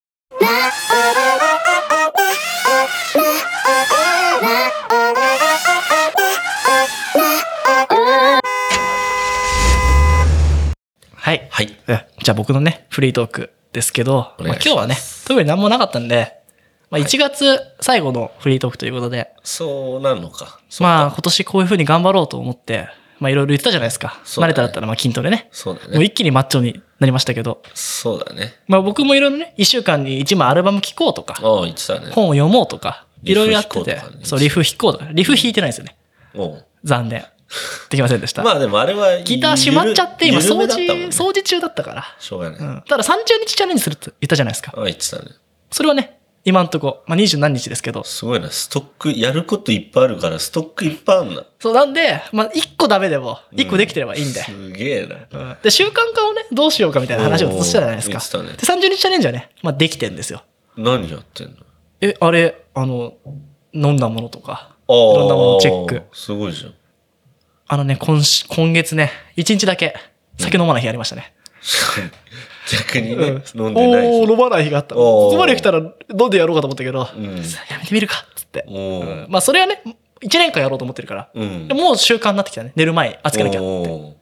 Speaker 2: はい。
Speaker 1: はい。
Speaker 2: えじゃあ僕のね、フリートークですけど、
Speaker 1: お
Speaker 2: まあ、
Speaker 1: 願
Speaker 2: 今
Speaker 1: いします
Speaker 2: 日はね、特に何もなかったんで、まあ、1月最後のフリートークということで、
Speaker 1: そうなのか。そう
Speaker 2: まあ今年こういう風に頑張ろうと思って、まあいろいろ言ってたじゃないですか。
Speaker 1: そうだね
Speaker 2: 慣れただったらまあ筋トレね。
Speaker 1: そうだ
Speaker 2: もう
Speaker 1: ね。
Speaker 2: 一気にマッチョになりましたけど、
Speaker 1: そうだね。
Speaker 2: まあ僕もいろいろね、1週間に1枚アルバム聴こうとか、
Speaker 1: ああ、言ってたね。
Speaker 2: 本を読もうとか、い
Speaker 1: リフ
Speaker 2: ろいろやってて
Speaker 1: 弾こうとかね、
Speaker 2: そう、リフ弾こうとか、リフ弾いてないんですよね。
Speaker 1: おう
Speaker 2: 残念。できませんでした。
Speaker 1: まあでもあれはゆる、
Speaker 2: ギター閉まっちゃって、今
Speaker 1: 緩
Speaker 2: 掃
Speaker 1: め
Speaker 2: 除、
Speaker 1: だったもんね
Speaker 2: 掃除中だったから。
Speaker 1: しょうがない。
Speaker 2: う
Speaker 1: あ
Speaker 2: ん。ただ30日チャレンジするって言ったじゃないですか。
Speaker 1: あ、言ってたね。
Speaker 2: それはね、今んとこ、まあ、20何日ですけど。
Speaker 1: すごいな。ストック、やることいっぱいあるから、ストックいっぱいあんな。
Speaker 2: そう、なんで、まあ、1個ダメでも、1個できてればいいんで。
Speaker 1: すげえな。
Speaker 2: うんで、習慣化をね、どうしようかみたいな話をずっとしたじゃないですか。
Speaker 1: おー言って
Speaker 2: で、30日チャレンジはね、まあ、できてんですよ。
Speaker 1: 何やってんの
Speaker 2: え、あれ、あの、飲んだものとか、
Speaker 1: あ
Speaker 2: い
Speaker 1: あ。
Speaker 2: ろんなものチェック。
Speaker 1: すごいじゃん。
Speaker 2: あのね、今し、今月ね、1日だけ、酒飲まない日ありましたね。
Speaker 1: 逆にね、飲んでない
Speaker 2: お
Speaker 1: し。
Speaker 2: お飲まない日があった。
Speaker 1: おー
Speaker 2: ここまで来たら飲んでやろうかと思ったけど、
Speaker 1: ん
Speaker 2: さあやめてみるかっつって。
Speaker 1: お
Speaker 2: う
Speaker 1: ー
Speaker 2: んまあそれはね、1年間やろうと思ってるから。
Speaker 1: うん。
Speaker 2: でもう習慣になってきたね。寝る前に預けなきゃって。
Speaker 1: おー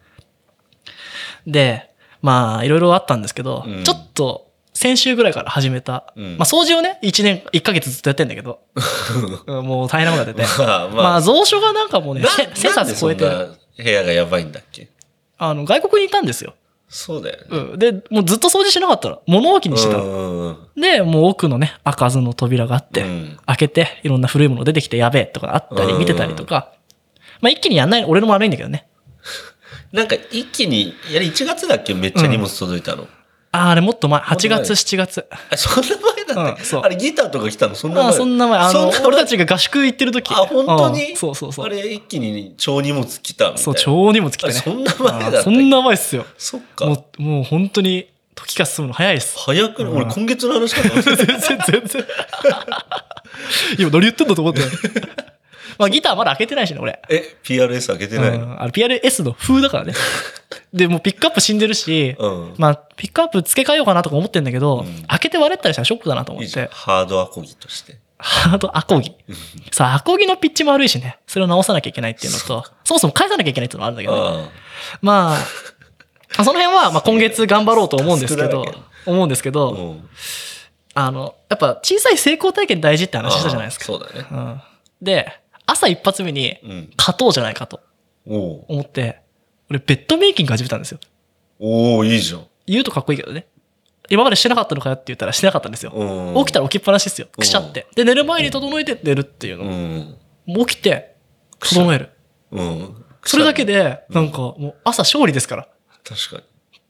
Speaker 2: で、まあいろいろあったんですけど、
Speaker 1: うん
Speaker 2: ちょっと先週ぐらいから始めた。
Speaker 1: うん
Speaker 2: まあ掃除をね、1年、1ヶ月ずっとやってんだ けど、うんもう大変なことやってて。
Speaker 1: まあまあ
Speaker 2: まあ蔵書がなんかもうね、せ
Speaker 1: な
Speaker 2: 1000冊超えて
Speaker 1: なんで、そんな部屋がやばいんだっけ
Speaker 2: あの外国にいたんですよ。
Speaker 1: そうだよね。
Speaker 2: うんで、もうずっと掃除しなかったら物置にしてたの。
Speaker 1: うん
Speaker 2: で、もう奥のね、開かずの扉があって、
Speaker 1: うん
Speaker 2: 開けて、いろんな古いもの出てきてやべえとかあったり、
Speaker 1: うん
Speaker 2: 見てたりとか、まあ一気にやんない、俺のも悪いんだけどね。
Speaker 1: なんか一気に、いや1月だっけめっちゃ荷物届いたの。
Speaker 2: あー、あれもっと前、
Speaker 1: と
Speaker 2: 8
Speaker 1: 前
Speaker 2: 月、7月。
Speaker 1: あそんな前だっ
Speaker 2: うん
Speaker 1: た、
Speaker 2: そう
Speaker 1: あれギターとか来たのそんな
Speaker 2: あ
Speaker 1: 前
Speaker 2: ーそんな前、あ
Speaker 1: そ
Speaker 2: の
Speaker 1: んな、
Speaker 2: 俺たちが合宿行ってる時。
Speaker 1: あ、本当
Speaker 2: う
Speaker 1: に
Speaker 2: んそうそうそ
Speaker 1: あ
Speaker 2: う。
Speaker 1: れ一気に超荷物来たみたいな。
Speaker 2: そう、超荷物来て
Speaker 1: あ
Speaker 2: ね。
Speaker 1: そんな前だった
Speaker 2: あー
Speaker 1: っけ
Speaker 2: そんな前っすよ。
Speaker 1: そっか。
Speaker 2: もう、もう本当に、時が進むの早いっす。
Speaker 1: 早くない、
Speaker 2: うん
Speaker 1: 俺今月の話かと思っ て
Speaker 2: 全然、全 然。今、何言ってんだと思って。 まあ、ギターまだ開けてないしね、俺。
Speaker 1: え、PRS 開けてないの、
Speaker 2: うんあれ PRS の風だから ね。で、もうピックアップ死んでるし、
Speaker 1: うん、
Speaker 2: まあ、ピックアップ付け替えようかなとか思ってんだけど、
Speaker 1: うん
Speaker 2: 開けて割れたりしたらショックだなと思
Speaker 1: いい
Speaker 2: っ
Speaker 1: じゃん
Speaker 2: て。
Speaker 1: ハードアコギとして。
Speaker 2: ハードアコギ。さあ、アコギのピッチも悪いしね。それを直さなきゃいけないっていうのと、そもそも返さなきゃいけないっていうのもあるんだけどね、
Speaker 1: あ
Speaker 2: まあ、その辺は、まあ今月頑張ろうと思うんですけど
Speaker 1: タスクだら、
Speaker 2: 思うんですけ
Speaker 1: あ、
Speaker 2: ど、
Speaker 1: うん。
Speaker 2: あの、やっぱ小さい成功体験大事って話したじゃないですか。
Speaker 1: あそうだね。
Speaker 2: うん、で、朝一発目に
Speaker 1: うん。
Speaker 2: 勝とうじゃないかと
Speaker 1: おう
Speaker 2: 思って、俺ベッドメイキング始めたんですよ。
Speaker 1: おういいじゃん。
Speaker 2: 言うとかっこいいけどね。今までしてなかったのかよって言ったらしてなかったんですよ。
Speaker 1: うん、
Speaker 2: 起きたら起きっぱなしですよ。くしゃって。で、寝る前に整えて寝るっていう
Speaker 1: う
Speaker 2: の。
Speaker 1: ん。
Speaker 2: もう起きて、整える。
Speaker 1: うん。
Speaker 2: それだけ
Speaker 1: で。
Speaker 2: で、
Speaker 1: うん
Speaker 2: なんかもう朝勝利ですから。
Speaker 1: 確かに。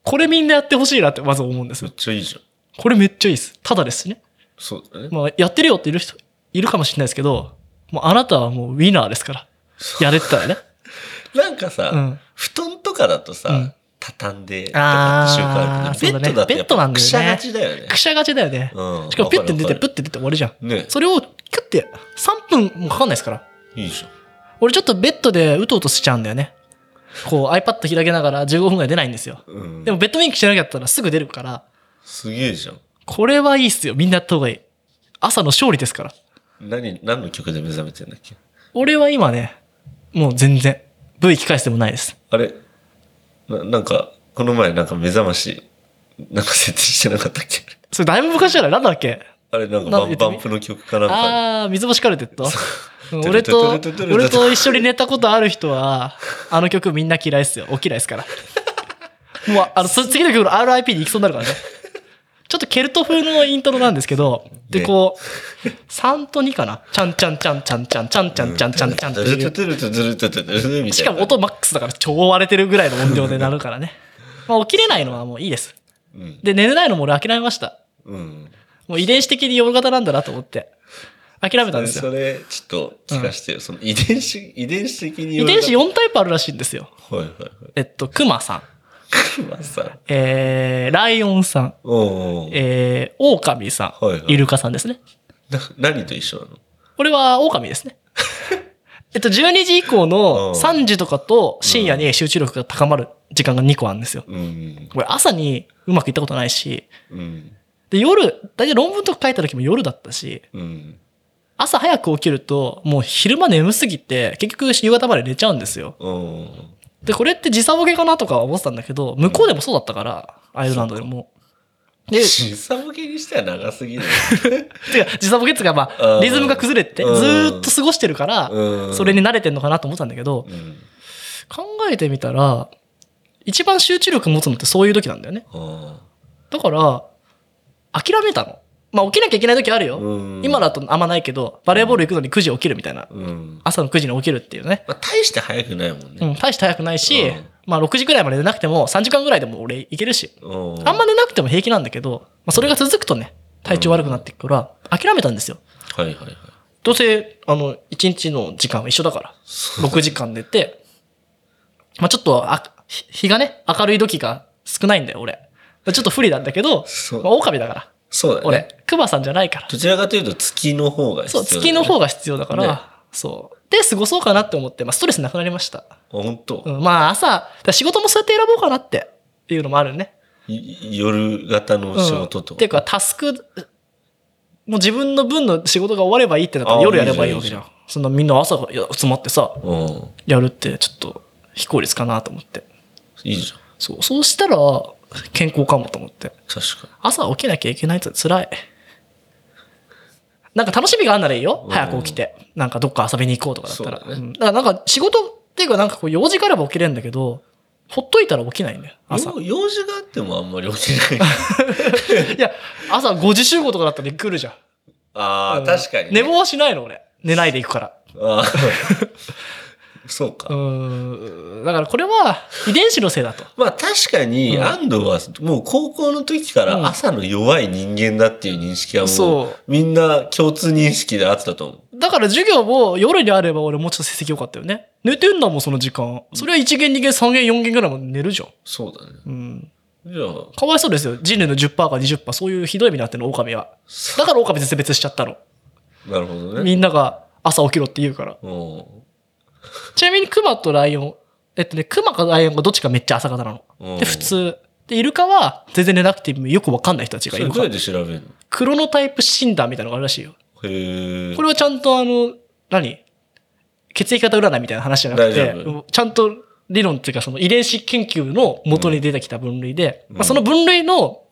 Speaker 2: これみんなやってほしいなってまず思うんです
Speaker 1: めっ
Speaker 2: よ。
Speaker 1: ちゃいいじゃん。
Speaker 2: これめっちゃいいです。ただですしね。
Speaker 1: そうだね。
Speaker 2: まあ、やってるよっている人、いるかもしれないですけど、もうあなたはもうウィナーですから。やれてたらね。
Speaker 1: なんかさ、
Speaker 2: うん
Speaker 1: 布団とかだとさ、
Speaker 2: うん
Speaker 1: 畳んでとかって習慣あるけど、
Speaker 2: あーそうだね
Speaker 1: ベッドだとやっぱくしゃがちだよね。
Speaker 2: くしゃがちだよね。
Speaker 1: うん
Speaker 2: しかもピュッて出て、
Speaker 1: わかるわかる
Speaker 2: プッて出て終わるじゃん。
Speaker 1: ね
Speaker 2: それを、キュッて、3分もかかんないですから。
Speaker 1: いいじゃん。
Speaker 2: 俺ちょっとベッドでうとうとしちゃうんだよね。こう iPad 開けながら15分ぐらい出ないんですよ。
Speaker 1: うん、
Speaker 2: でもベッドメイクしなきゃったらすぐ出るから、
Speaker 1: すげえじゃん。
Speaker 2: これはいいっすよ。みんなやった方がいい。朝の勝利ですから。
Speaker 1: 何、何の曲で目覚めてんだっけ
Speaker 2: 俺は今ね、もう全然、V 機返してもないです。
Speaker 1: あれななんか、この前なんか目覚まし、なんか設定してなかったっけ
Speaker 2: それだいぶ昔じゃないなんだっけ
Speaker 1: あれなんか
Speaker 2: な
Speaker 1: バン
Speaker 2: 言って
Speaker 1: バ
Speaker 2: み
Speaker 1: ンプの曲かなんか。
Speaker 2: あー、水星カルテット
Speaker 1: う
Speaker 2: 俺
Speaker 1: トゥ
Speaker 2: と
Speaker 1: ルトゥルトゥルトゥ、ル
Speaker 2: 俺と一緒に寝たことある 人は、あの曲みんな嫌いっすよ。お嫌いっすから。もう、あの、そ次の曲の RIP に行きそうになるからね。ちょっとケルト風のイントロなんですけど、で、
Speaker 1: ね
Speaker 2: こう、3と2かな。ちゃんちゃんちゃんちゃんちゃんちゃんちゃんちゃんちゃんちゃんって
Speaker 1: ドゥ
Speaker 2: い
Speaker 1: ル
Speaker 2: う。
Speaker 1: トゥルトゥルトゥルトゥルトゥルトゥルみたいな。
Speaker 2: しかも音マックスだから超割れてるぐらいの音量で鳴るからね。まあ、起きれないのはもういいです。
Speaker 1: うん。
Speaker 2: で、寝れないのも俺諦めました。
Speaker 1: うん。
Speaker 2: もう遺伝子的に夜型なんだなと思って。諦めたんですよ
Speaker 1: そ。れ、ちょっと聞かしてよ。その遺伝子、遺伝子的に
Speaker 2: 遺
Speaker 1: よる
Speaker 2: 伝子4タイプあるらしいんですよ。
Speaker 1: はいはいはい。
Speaker 2: えっと、クマさん、
Speaker 1: クマさん。
Speaker 2: えー、ライオンさん、
Speaker 1: おうおう
Speaker 2: えー、オオカミさん、
Speaker 1: はいはい
Speaker 2: イルカさんですね。
Speaker 1: な何と一緒なの
Speaker 2: これはオオカミ ですね。えっと、12時以降
Speaker 1: うん
Speaker 2: の3時とかと深夜に集中力が高まる時間が2個あるんですよ。
Speaker 1: うん。
Speaker 2: これ朝にうまくいったことないし、
Speaker 1: うん。
Speaker 2: で、夜、大体論文とか書いた時も夜だったし、
Speaker 1: うん。
Speaker 2: 朝早く起きると、もう昼間眠すぎて、結局夕方まで寝ちゃうんですよ。
Speaker 1: おう
Speaker 2: で、これって時差ボケかなとか思ってたんだけど、向こうでもそうだったから、アイルランドでも。で、
Speaker 1: 時差ボケにしては長すぎる。
Speaker 2: てか時差ボケっていうか、ま
Speaker 1: う
Speaker 2: あ、
Speaker 1: ん
Speaker 2: リズムが崩れて、ず
Speaker 1: うん
Speaker 2: ーっと過ごしてるから、
Speaker 1: うん
Speaker 2: それに慣れてんのかなと思ったんだけど、
Speaker 1: うん。
Speaker 2: 考えてみたら、一番集中力持つのってそういう時なんだよね。
Speaker 1: あ
Speaker 2: だから、諦めたの。まあ、起きなきゃいけない時ある
Speaker 1: あ
Speaker 2: よ。
Speaker 1: うん
Speaker 2: 今だとあんまないけど、バレーボール行くのに9時起きるみたいな。
Speaker 1: うん。
Speaker 2: 朝の9時に起きるっていうね。
Speaker 1: まあ、大して早くないもん
Speaker 2: う
Speaker 1: ね。
Speaker 2: ん、大して早くないし、
Speaker 1: うん
Speaker 2: まあ、6時くらいまで寝なくても、3時間ぐらいでも俺いけるし。
Speaker 1: うん
Speaker 2: あんま寝なくても平気なんだけど、まあ、それが続くとね、体調悪くなっていくから、諦めたんですよ。
Speaker 1: はいはいはい。
Speaker 2: どうせ、あの、1日の時間は一緒だから、6時間寝て、まあちょっとあ、ひ日がね、明るい時が少ないんだよ、俺。ちょっと不利なんだけど、
Speaker 1: そう
Speaker 2: まあ、狼だから、
Speaker 1: そうだね。
Speaker 2: 俺、クマさんじゃないから。
Speaker 1: どちらかというと月の方が必
Speaker 2: そ
Speaker 1: 要
Speaker 2: う、
Speaker 1: だよね、
Speaker 2: 月の方
Speaker 1: が。
Speaker 2: が必要だから、
Speaker 1: ね
Speaker 2: そう。で、過ごそうかなって思って、まあストレスなくなりました。
Speaker 1: 本当、
Speaker 2: うん、まあ朝、だから仕事もそうやって選ぼうかなって、っていうのもあるね。
Speaker 1: い夜型の仕事って
Speaker 2: うん
Speaker 1: こと
Speaker 2: ていうか、タスク、もう自分の分の仕事が終わればいいってなったら夜やればいいわけじゃん。
Speaker 1: あ
Speaker 2: そんなみんな朝がいや集まってさ、
Speaker 1: うん。
Speaker 2: やるってちょっと非効率かなと思って。
Speaker 1: いいじゃん。
Speaker 2: そう、そうしたら健康かもと思って。
Speaker 1: 確か
Speaker 2: 朝起きなきゃいけないって辛い。なんか楽しみがあんならいいよ。
Speaker 1: うん
Speaker 2: 早く起きて。なんかどっか遊びに行こうとかだったら。
Speaker 1: そうだ
Speaker 2: う
Speaker 1: ね
Speaker 2: んだからなんか仕事っていうかなんかこう用事があれば起きれるんだけど、ほっといたら起きないんだよ。朝。
Speaker 1: に。よ用事があってもあんまり起きない。
Speaker 2: いや、朝5時集合とかだったら来るじゃん。
Speaker 1: ああ、確かに、
Speaker 2: 寝坊はしないの俺。寝ないで行くから。
Speaker 1: あー そうか
Speaker 2: う。ーんだからこれは遺伝子のせいだと。
Speaker 1: まあ確かに
Speaker 2: うん
Speaker 1: 安藤はもう高校の時か
Speaker 2: うん
Speaker 1: ら朝の弱い人間だっていう認識はも
Speaker 2: そう
Speaker 1: みんな共通認識であったと思う。
Speaker 2: だから授業も夜にあれば俺もうちょっと成績良かったよね。寝てんだもん、その時間。それは1限、2限、3限、4限ぐらいまで寝るじゃん。
Speaker 1: そうだね。
Speaker 2: うん。
Speaker 1: じゃあ、
Speaker 2: かわいそうですよ。人類の10%か20%、そういうひどい目にあってんの、狼は。だから狼絶滅しちゃったの。
Speaker 1: なるほどね。
Speaker 2: みんなが朝起きろって言うから。
Speaker 1: うん
Speaker 2: ちなみにクマとライオン。えっとね、クマかライオンかどっちかめっちゃ朝方な
Speaker 1: う
Speaker 2: の。
Speaker 1: ん
Speaker 2: で、普通。で、イルカは全然寝なくてもよくわかんない人たち
Speaker 1: そ
Speaker 2: がい
Speaker 1: れ
Speaker 2: る
Speaker 1: ど
Speaker 2: か
Speaker 1: うや
Speaker 2: ら
Speaker 1: っ。て調べるの
Speaker 2: クロノタイプ診断みたいなのがあるらしいよ。
Speaker 1: へえ。
Speaker 2: これはちゃんとあの、何血液型占いみたいな話じゃなく
Speaker 1: 大
Speaker 2: て
Speaker 1: 丈夫、
Speaker 2: ちゃんと理論っていうかその遺伝子研究の元に出てきた分類で、
Speaker 1: うん
Speaker 2: まあ、その分類の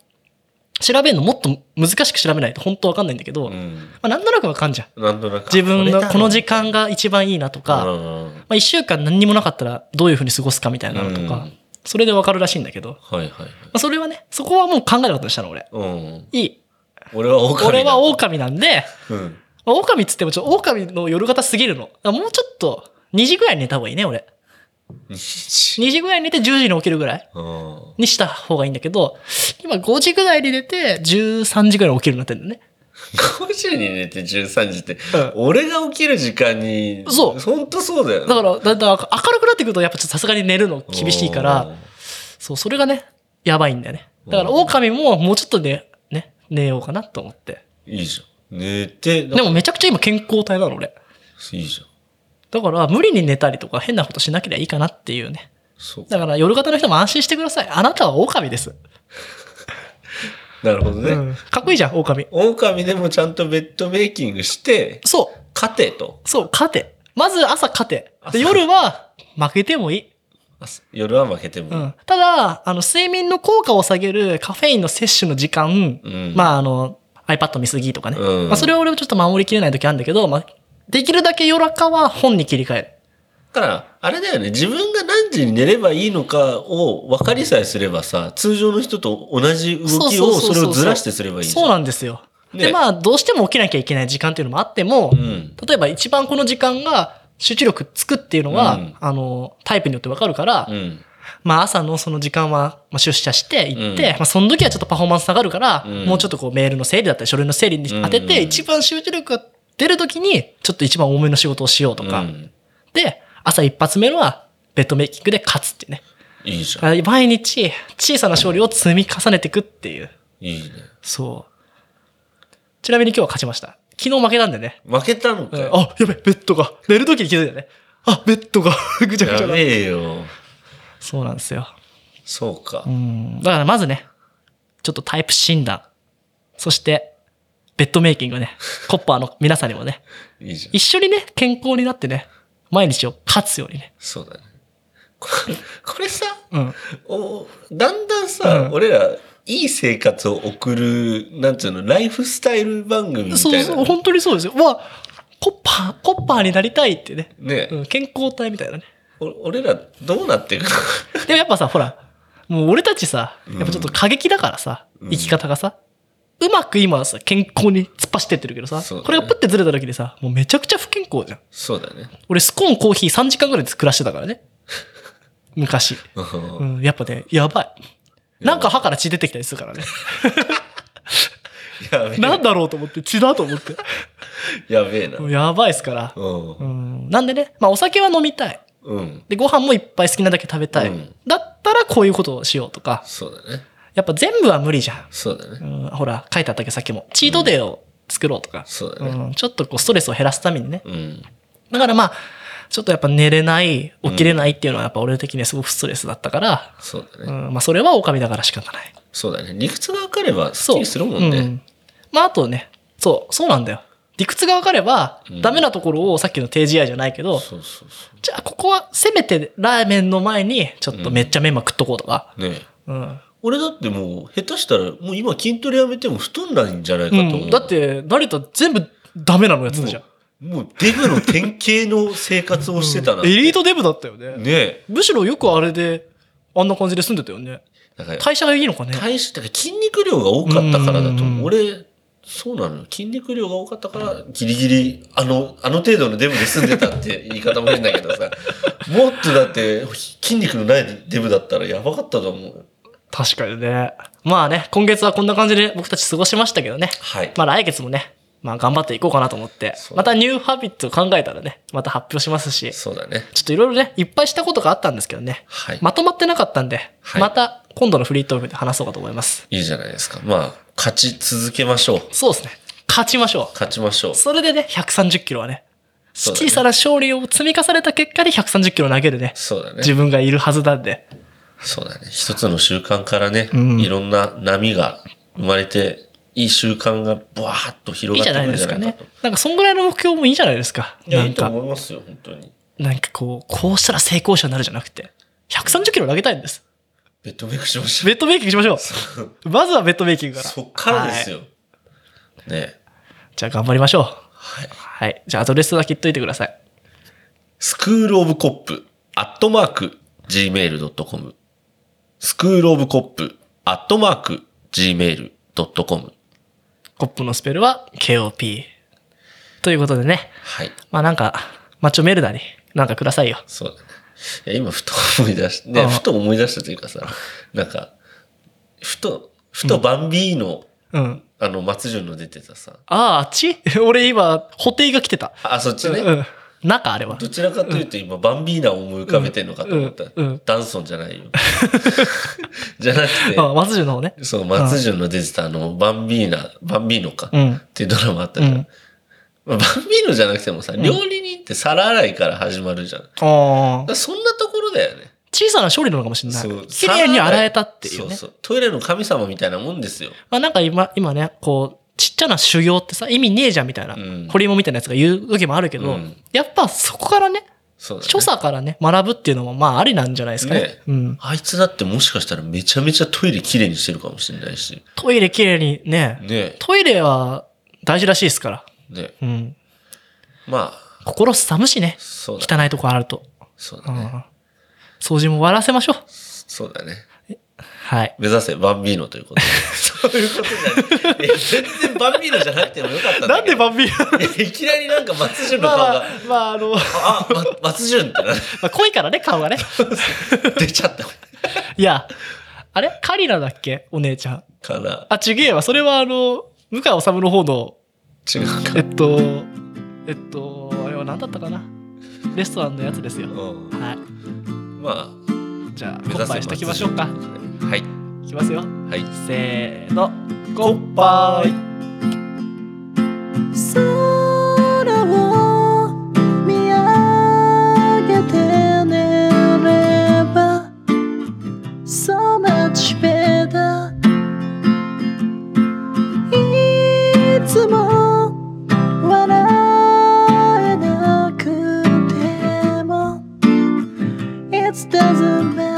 Speaker 2: 調べるのもっと難しく調べないと本当わかんないんだけど、
Speaker 1: う
Speaker 2: ま
Speaker 1: ん。
Speaker 2: あ、なんとなくわかんじゃん。
Speaker 1: なんとなく。
Speaker 2: 自分
Speaker 1: れだ
Speaker 2: の
Speaker 1: ろう
Speaker 2: この時間が一番いいなとか、ま
Speaker 1: うん
Speaker 2: あ、一週間何にもなかったらどういうふうに過ごすかみたいなのとか、
Speaker 1: うん
Speaker 2: それでわかるらしいんだけど、ま
Speaker 1: はいはいはい。
Speaker 2: あ、それはね、そこはもう考えなかったにしたの俺。
Speaker 1: うん。
Speaker 2: いい。
Speaker 1: 俺は狼だ。
Speaker 2: 俺は狼なんで、
Speaker 1: うん。
Speaker 2: まあ、狼っつってもちょっと狼の夜型すぎるの。だからもうちょっと2時ぐらいに寝た方がいいね、俺。
Speaker 1: 日。
Speaker 2: 2時ぐらいに寝て10時に起きるぐらい
Speaker 1: うん。
Speaker 2: にした方がいいんだけど、今5時ぐらいに寝て13時ぐらいに起きるようになってるんだね。
Speaker 1: 5時に寝て13時って、
Speaker 2: うん
Speaker 1: 俺が起きる時間に、
Speaker 2: そう
Speaker 1: 本当そうだよね。
Speaker 2: だから、だんだん明るくなってくるとやっぱちょっとさすがに寝るの厳しいから、そう、それがね、やばいんだよね。だから狼ももうちょっとね、ね、寝ようかなと思って。
Speaker 1: うん。いいじゃん。寝て、
Speaker 2: でもめちゃくちゃ今健康体なの俺。
Speaker 1: いいじゃん。
Speaker 2: だから無理に寝たりとか変なことしなければいいかなっていうね。
Speaker 1: そうか。
Speaker 2: だから夜型の人も安心してください。あなたは狼です。
Speaker 1: なるほどね。
Speaker 2: うんかっこいいじゃん、狼。
Speaker 1: 狼でもちゃんとベッドメイキングして、
Speaker 2: そ
Speaker 1: 勝てと。
Speaker 2: う、そう、勝て。まず朝勝て。
Speaker 1: 朝
Speaker 2: で、夜は負けてもいい。
Speaker 1: 夜は負けて
Speaker 2: う
Speaker 1: も。
Speaker 2: ん。ただ、あの、睡眠の効果を下げるカフェインの摂取の時間、
Speaker 1: うん
Speaker 2: まあ、あの、iPad 見すぎとかね。
Speaker 1: うん
Speaker 2: まあ、それを俺はちょっと守りきれない時あるんだけど、まあ、できるだけ夜中は本に切り替える。
Speaker 1: だから、あれだよね。自分が何時に寝ればいいのかを分かりさえすればさ、通常の人と同じ動きを
Speaker 2: そうそうそうそう
Speaker 1: それをずらしてすればいいじゃん。
Speaker 2: そうなんですよ。
Speaker 1: ね
Speaker 2: で、まあ、どうしても起きなきゃいけない時間っていうのもあっても、
Speaker 1: うん。
Speaker 2: 例えば一番この時間が集中力つくっていうのは、
Speaker 1: うん
Speaker 2: あの、タイプによってわかるから、
Speaker 1: うん。
Speaker 2: まあ朝のその時間はまあ出社して行って、
Speaker 1: うん
Speaker 2: まあその時はちょっとパフォーマンス下がるから、
Speaker 1: うん
Speaker 2: もうちょっとこうメールの整理だったり書類の整理に当て
Speaker 1: うん
Speaker 2: て、一番集中力が出る時に、ちょっと一番多めの仕事をしようとか。
Speaker 1: うん
Speaker 2: で、朝一発目のはベッドメイキングで勝つっていうね。
Speaker 1: いいじゃん。
Speaker 2: 毎日小さな勝利を積み重ねていくっていう。
Speaker 1: いいね。
Speaker 2: そう。ちなみに今日は勝ちました。昨日負けたんでね。
Speaker 1: 負けたの
Speaker 2: う
Speaker 1: か
Speaker 2: ん
Speaker 1: よ。
Speaker 2: あ、やべ、ベッドが。寝る時に気づいたね。あ、ベッドが。 ぐちゃぐち
Speaker 1: や
Speaker 2: ゃだ。
Speaker 1: べえよ。
Speaker 2: そうなんですよ。
Speaker 1: そうか
Speaker 2: う。ん。だからまずね、ちょっとタイプ診断。そして、ベッドメイキングね、コッパーの皆さんにもね、
Speaker 1: いいじゃん。
Speaker 2: 一緒にね、健康になってね、毎日を勝つようにね。
Speaker 1: そうだね。これこれさ、
Speaker 2: うん。
Speaker 1: おだんだんさ、
Speaker 2: うん
Speaker 1: 俺ら、いい生活を送る、なんていうの、ライフスタイル番組みたいな。
Speaker 2: そうそう、本当にそうですよ。まあ、コッパー、コッパーになりたいってね。
Speaker 1: ね、
Speaker 2: うん、健康体みたいなね。
Speaker 1: お俺ら、どうなっていく か。
Speaker 2: でもやっぱさ、ほら、もう俺たちさ、やっぱちょっと過激だからさ、
Speaker 1: うん
Speaker 2: 生き方がさ、うまく今さ、健康に突っ走ってってるけどさ、
Speaker 1: そうだね
Speaker 2: これがプってずれた時にさ、もうめちゃくちゃ不健康じゃん。
Speaker 1: そうだね。
Speaker 2: 俺スコーンコーヒー3時間ぐらいで暮らしてたからね。 昔。
Speaker 1: うん
Speaker 2: うん、やっぱね、やばい。なんか歯から血出てきたりするからね。
Speaker 1: やべえ。
Speaker 2: なんだろうと思って、血だと思 って。
Speaker 1: やべえな。
Speaker 2: もうやばいですから。
Speaker 1: う。
Speaker 2: うんん、なんでね、まあお酒は飲みたい。
Speaker 1: うん。
Speaker 2: で、ご飯もいっぱい好きなだけ食べたい。
Speaker 1: うん
Speaker 2: だったらこういうことをしようとか。
Speaker 1: そうだね。
Speaker 2: やっぱ全部は無理じゃん。
Speaker 1: そうだね。
Speaker 2: うん、ほら、書いてあったけどさっきも。チートデーを作ろうとか。
Speaker 1: そうだ
Speaker 2: う
Speaker 1: ね。
Speaker 2: ん、ちょっとこうストレスを減らすためにね。
Speaker 1: うん。
Speaker 2: だからまあ、ちょっとやっぱ寝れない、起きれないっていうのはやっぱ俺的にはすごくストレスだったから、
Speaker 1: そうだ
Speaker 2: う
Speaker 1: ね。
Speaker 2: ん、まあそれは狼だから仕方ない。
Speaker 1: そうだね。理屈が分かれば、すっ
Speaker 2: そう。
Speaker 1: きりするもん
Speaker 2: う
Speaker 1: ね。
Speaker 2: んまああとね、そう、そうなんだよ。理屈が分かれば、
Speaker 1: うん
Speaker 2: ダメなところをさっきの定時愛じゃないけど、
Speaker 1: そうそうそ
Speaker 2: じゃあここはせめてラーメンの前にちょっとめっちゃメンマ食っとこうとか、
Speaker 1: う。ねえ
Speaker 2: うん。
Speaker 1: 俺だってもう、下手したら、もう今筋トレやめても太んないんじゃないかと思う。
Speaker 2: うんだって、慣れた全部ダメなのやつじゃん。
Speaker 1: もうデブの典型の生活をしてた な。
Speaker 2: エリートデブだったよね。
Speaker 1: ねえ。
Speaker 2: むしろよくあれで、あんな感じで住んでたよね。
Speaker 1: だから、
Speaker 2: 代謝がいいのかね。
Speaker 1: 体脂だから筋肉量が多かったからだと
Speaker 2: うん
Speaker 1: 思
Speaker 2: うんう
Speaker 1: う。
Speaker 2: ん
Speaker 1: 俺、そうなのよ筋肉量が多かったから、ギリギリ、あの、あの程度のデブで済んでたって言い方も変だけど さ、もっとだって、筋肉のないデブだったらやばかったと思うよ。
Speaker 2: 確かにね。まあね、今月はこんな感じで僕たち過ごしましたけどね。
Speaker 1: はい。
Speaker 2: まあ来月もね、まあ頑張っていこうかなと思って
Speaker 1: そ、う
Speaker 2: またニューハビットを考えたらね、また発表しますし、ちょ
Speaker 1: そうだね。
Speaker 2: っといろいろね、いっぱいしたことがあったんですけどね、
Speaker 1: はい。
Speaker 2: まとまってなかったんで、
Speaker 1: はい
Speaker 2: また今度のフリートークで話そうかと思います。
Speaker 1: いいじゃないですか。まあ、勝ち続けましょう。
Speaker 2: そうですね。勝ちましょ
Speaker 1: 勝ちましょう
Speaker 2: う。。それでね、130キロはね、
Speaker 1: そうだね
Speaker 2: 小さな勝利を積み重ねた結果で130キロ投げるね、
Speaker 1: そうだね。
Speaker 2: 自分がいるはずなんで、
Speaker 1: そうだね。一つの習慣からね、
Speaker 2: うん
Speaker 1: いろんな波が生まれて、いい習慣がブワーッと
Speaker 2: い
Speaker 1: 広
Speaker 2: い
Speaker 1: が
Speaker 2: じ
Speaker 1: っ
Speaker 2: ゃ
Speaker 1: て
Speaker 2: な
Speaker 1: くるん
Speaker 2: いで
Speaker 1: じ
Speaker 2: す
Speaker 1: ゃな
Speaker 2: か
Speaker 1: いか
Speaker 2: ね
Speaker 1: と。。
Speaker 2: なんかそんぐらいの目標もいいじゃないですか。
Speaker 1: いや、
Speaker 2: ないん
Speaker 1: いと
Speaker 2: か、
Speaker 1: 思いますよ、本当に。
Speaker 2: なんかこう、こうしたら成功者になるじゃなくて、130キロ投げたいんです。
Speaker 1: ベッドメイクしましょ
Speaker 2: ベッドメイキングしましょう。まずはベッドメイキング
Speaker 1: う。
Speaker 2: から。
Speaker 1: そっからですよ。ね
Speaker 2: はいじゃあ頑張りましょう。
Speaker 1: はい。
Speaker 2: はい。じゃあアドレスだけ言っといてください。
Speaker 1: スクールオブコップ、アットマーク、gmail.com。スクールオブコップ、アットマーク、gmail.com。
Speaker 2: コップのスペルは KOP。ということでね。
Speaker 1: はい。
Speaker 2: まあなんか、マッチョメルダになんかくださいよ。
Speaker 1: そうだね。いや、今、ふと思い出し、ね、
Speaker 2: ああ
Speaker 1: ふと思い出したというかさ、なんか、ふと、ふとバンビーノ、
Speaker 2: うん。
Speaker 1: あの、松潤の出てたさ、
Speaker 2: ああ、あっち 俺今、補定が来てた。
Speaker 1: あ、そっちね。
Speaker 2: うん。中あれは。
Speaker 1: どちらかというと今、バンビーナを思い浮かべてるのかと思った。
Speaker 2: うんうん
Speaker 1: ダンソンじゃないよ。 じゃな
Speaker 2: あ
Speaker 1: く
Speaker 2: あ、松潤の方ね。
Speaker 1: て、そう、松潤の出てたあの、バンビーナ、バンビーノか、
Speaker 2: う
Speaker 1: っ
Speaker 2: ん。
Speaker 1: ていうドラマあった
Speaker 2: う
Speaker 1: じゃん。
Speaker 2: ん。
Speaker 1: まあバンビーノじゃなくてもさ、料理人って皿洗いから始まるじゃん。だか
Speaker 2: ああ。
Speaker 1: らそんなところだよね。
Speaker 2: 小さな勝利なのかもしれない
Speaker 1: そう。。
Speaker 2: 綺麗に洗えたっていうね。
Speaker 1: そうそう。トイレの神様みたいなもんですよ。
Speaker 2: まあなんか今、今ね、こう、ちっちゃな修行ってさ、意味ねえじゃんみたいな、
Speaker 1: うん
Speaker 2: ホリエモンみたいなやつが言う時もあるけど、
Speaker 1: うん
Speaker 2: やっぱそこからね、
Speaker 1: そうだね。
Speaker 2: 所作からね、学ぶっていうのもまあありなんじゃないですかね。
Speaker 1: ね
Speaker 2: うん。
Speaker 1: あいつだってもしかしたらめちゃめちゃトイレきれいにしてるかもしれないし。
Speaker 2: トイレきれいにね、
Speaker 1: ね
Speaker 2: トイレは大事らしいですから。
Speaker 1: ね
Speaker 2: うん。
Speaker 1: まあ、
Speaker 2: 心すさむしね、
Speaker 1: そうだ。
Speaker 2: 汚いとこあると。
Speaker 1: そう
Speaker 2: う
Speaker 1: だ
Speaker 2: ん
Speaker 1: ね。
Speaker 2: 掃除も終わらせましょう。
Speaker 1: そうだね。
Speaker 2: はい。
Speaker 1: 目指せバンビーノという ことで。そういうことじゃない。いや全然バンビーノじゃなくてもよかったんだけど。
Speaker 2: ンビ
Speaker 1: い やいきなりなんか松潤の
Speaker 2: まあ
Speaker 1: 顔
Speaker 2: まあ
Speaker 1: が、、
Speaker 2: まああの、ま
Speaker 1: あ、ま松潤ってな
Speaker 2: あ濃いからね、顔がね。
Speaker 1: 出ちゃった
Speaker 2: いや、あれカリナだっけお姉ちゃん。
Speaker 1: から、
Speaker 2: あ、ちげえわ。それはあの、向井治の方の、
Speaker 1: 違うか。
Speaker 2: えっと、えっと、あれは何だったかなレストランのやつですよ。
Speaker 1: うん
Speaker 2: はい。
Speaker 1: ま
Speaker 2: じゃあ、
Speaker 1: 目指せ
Speaker 2: 乾杯しときましょうか。
Speaker 1: あ、はい。
Speaker 2: いきますよ。
Speaker 1: はい。
Speaker 2: せーの。乾杯
Speaker 3: 空を見上げて寝れば So much better いつも笑えなくても It doesn't matter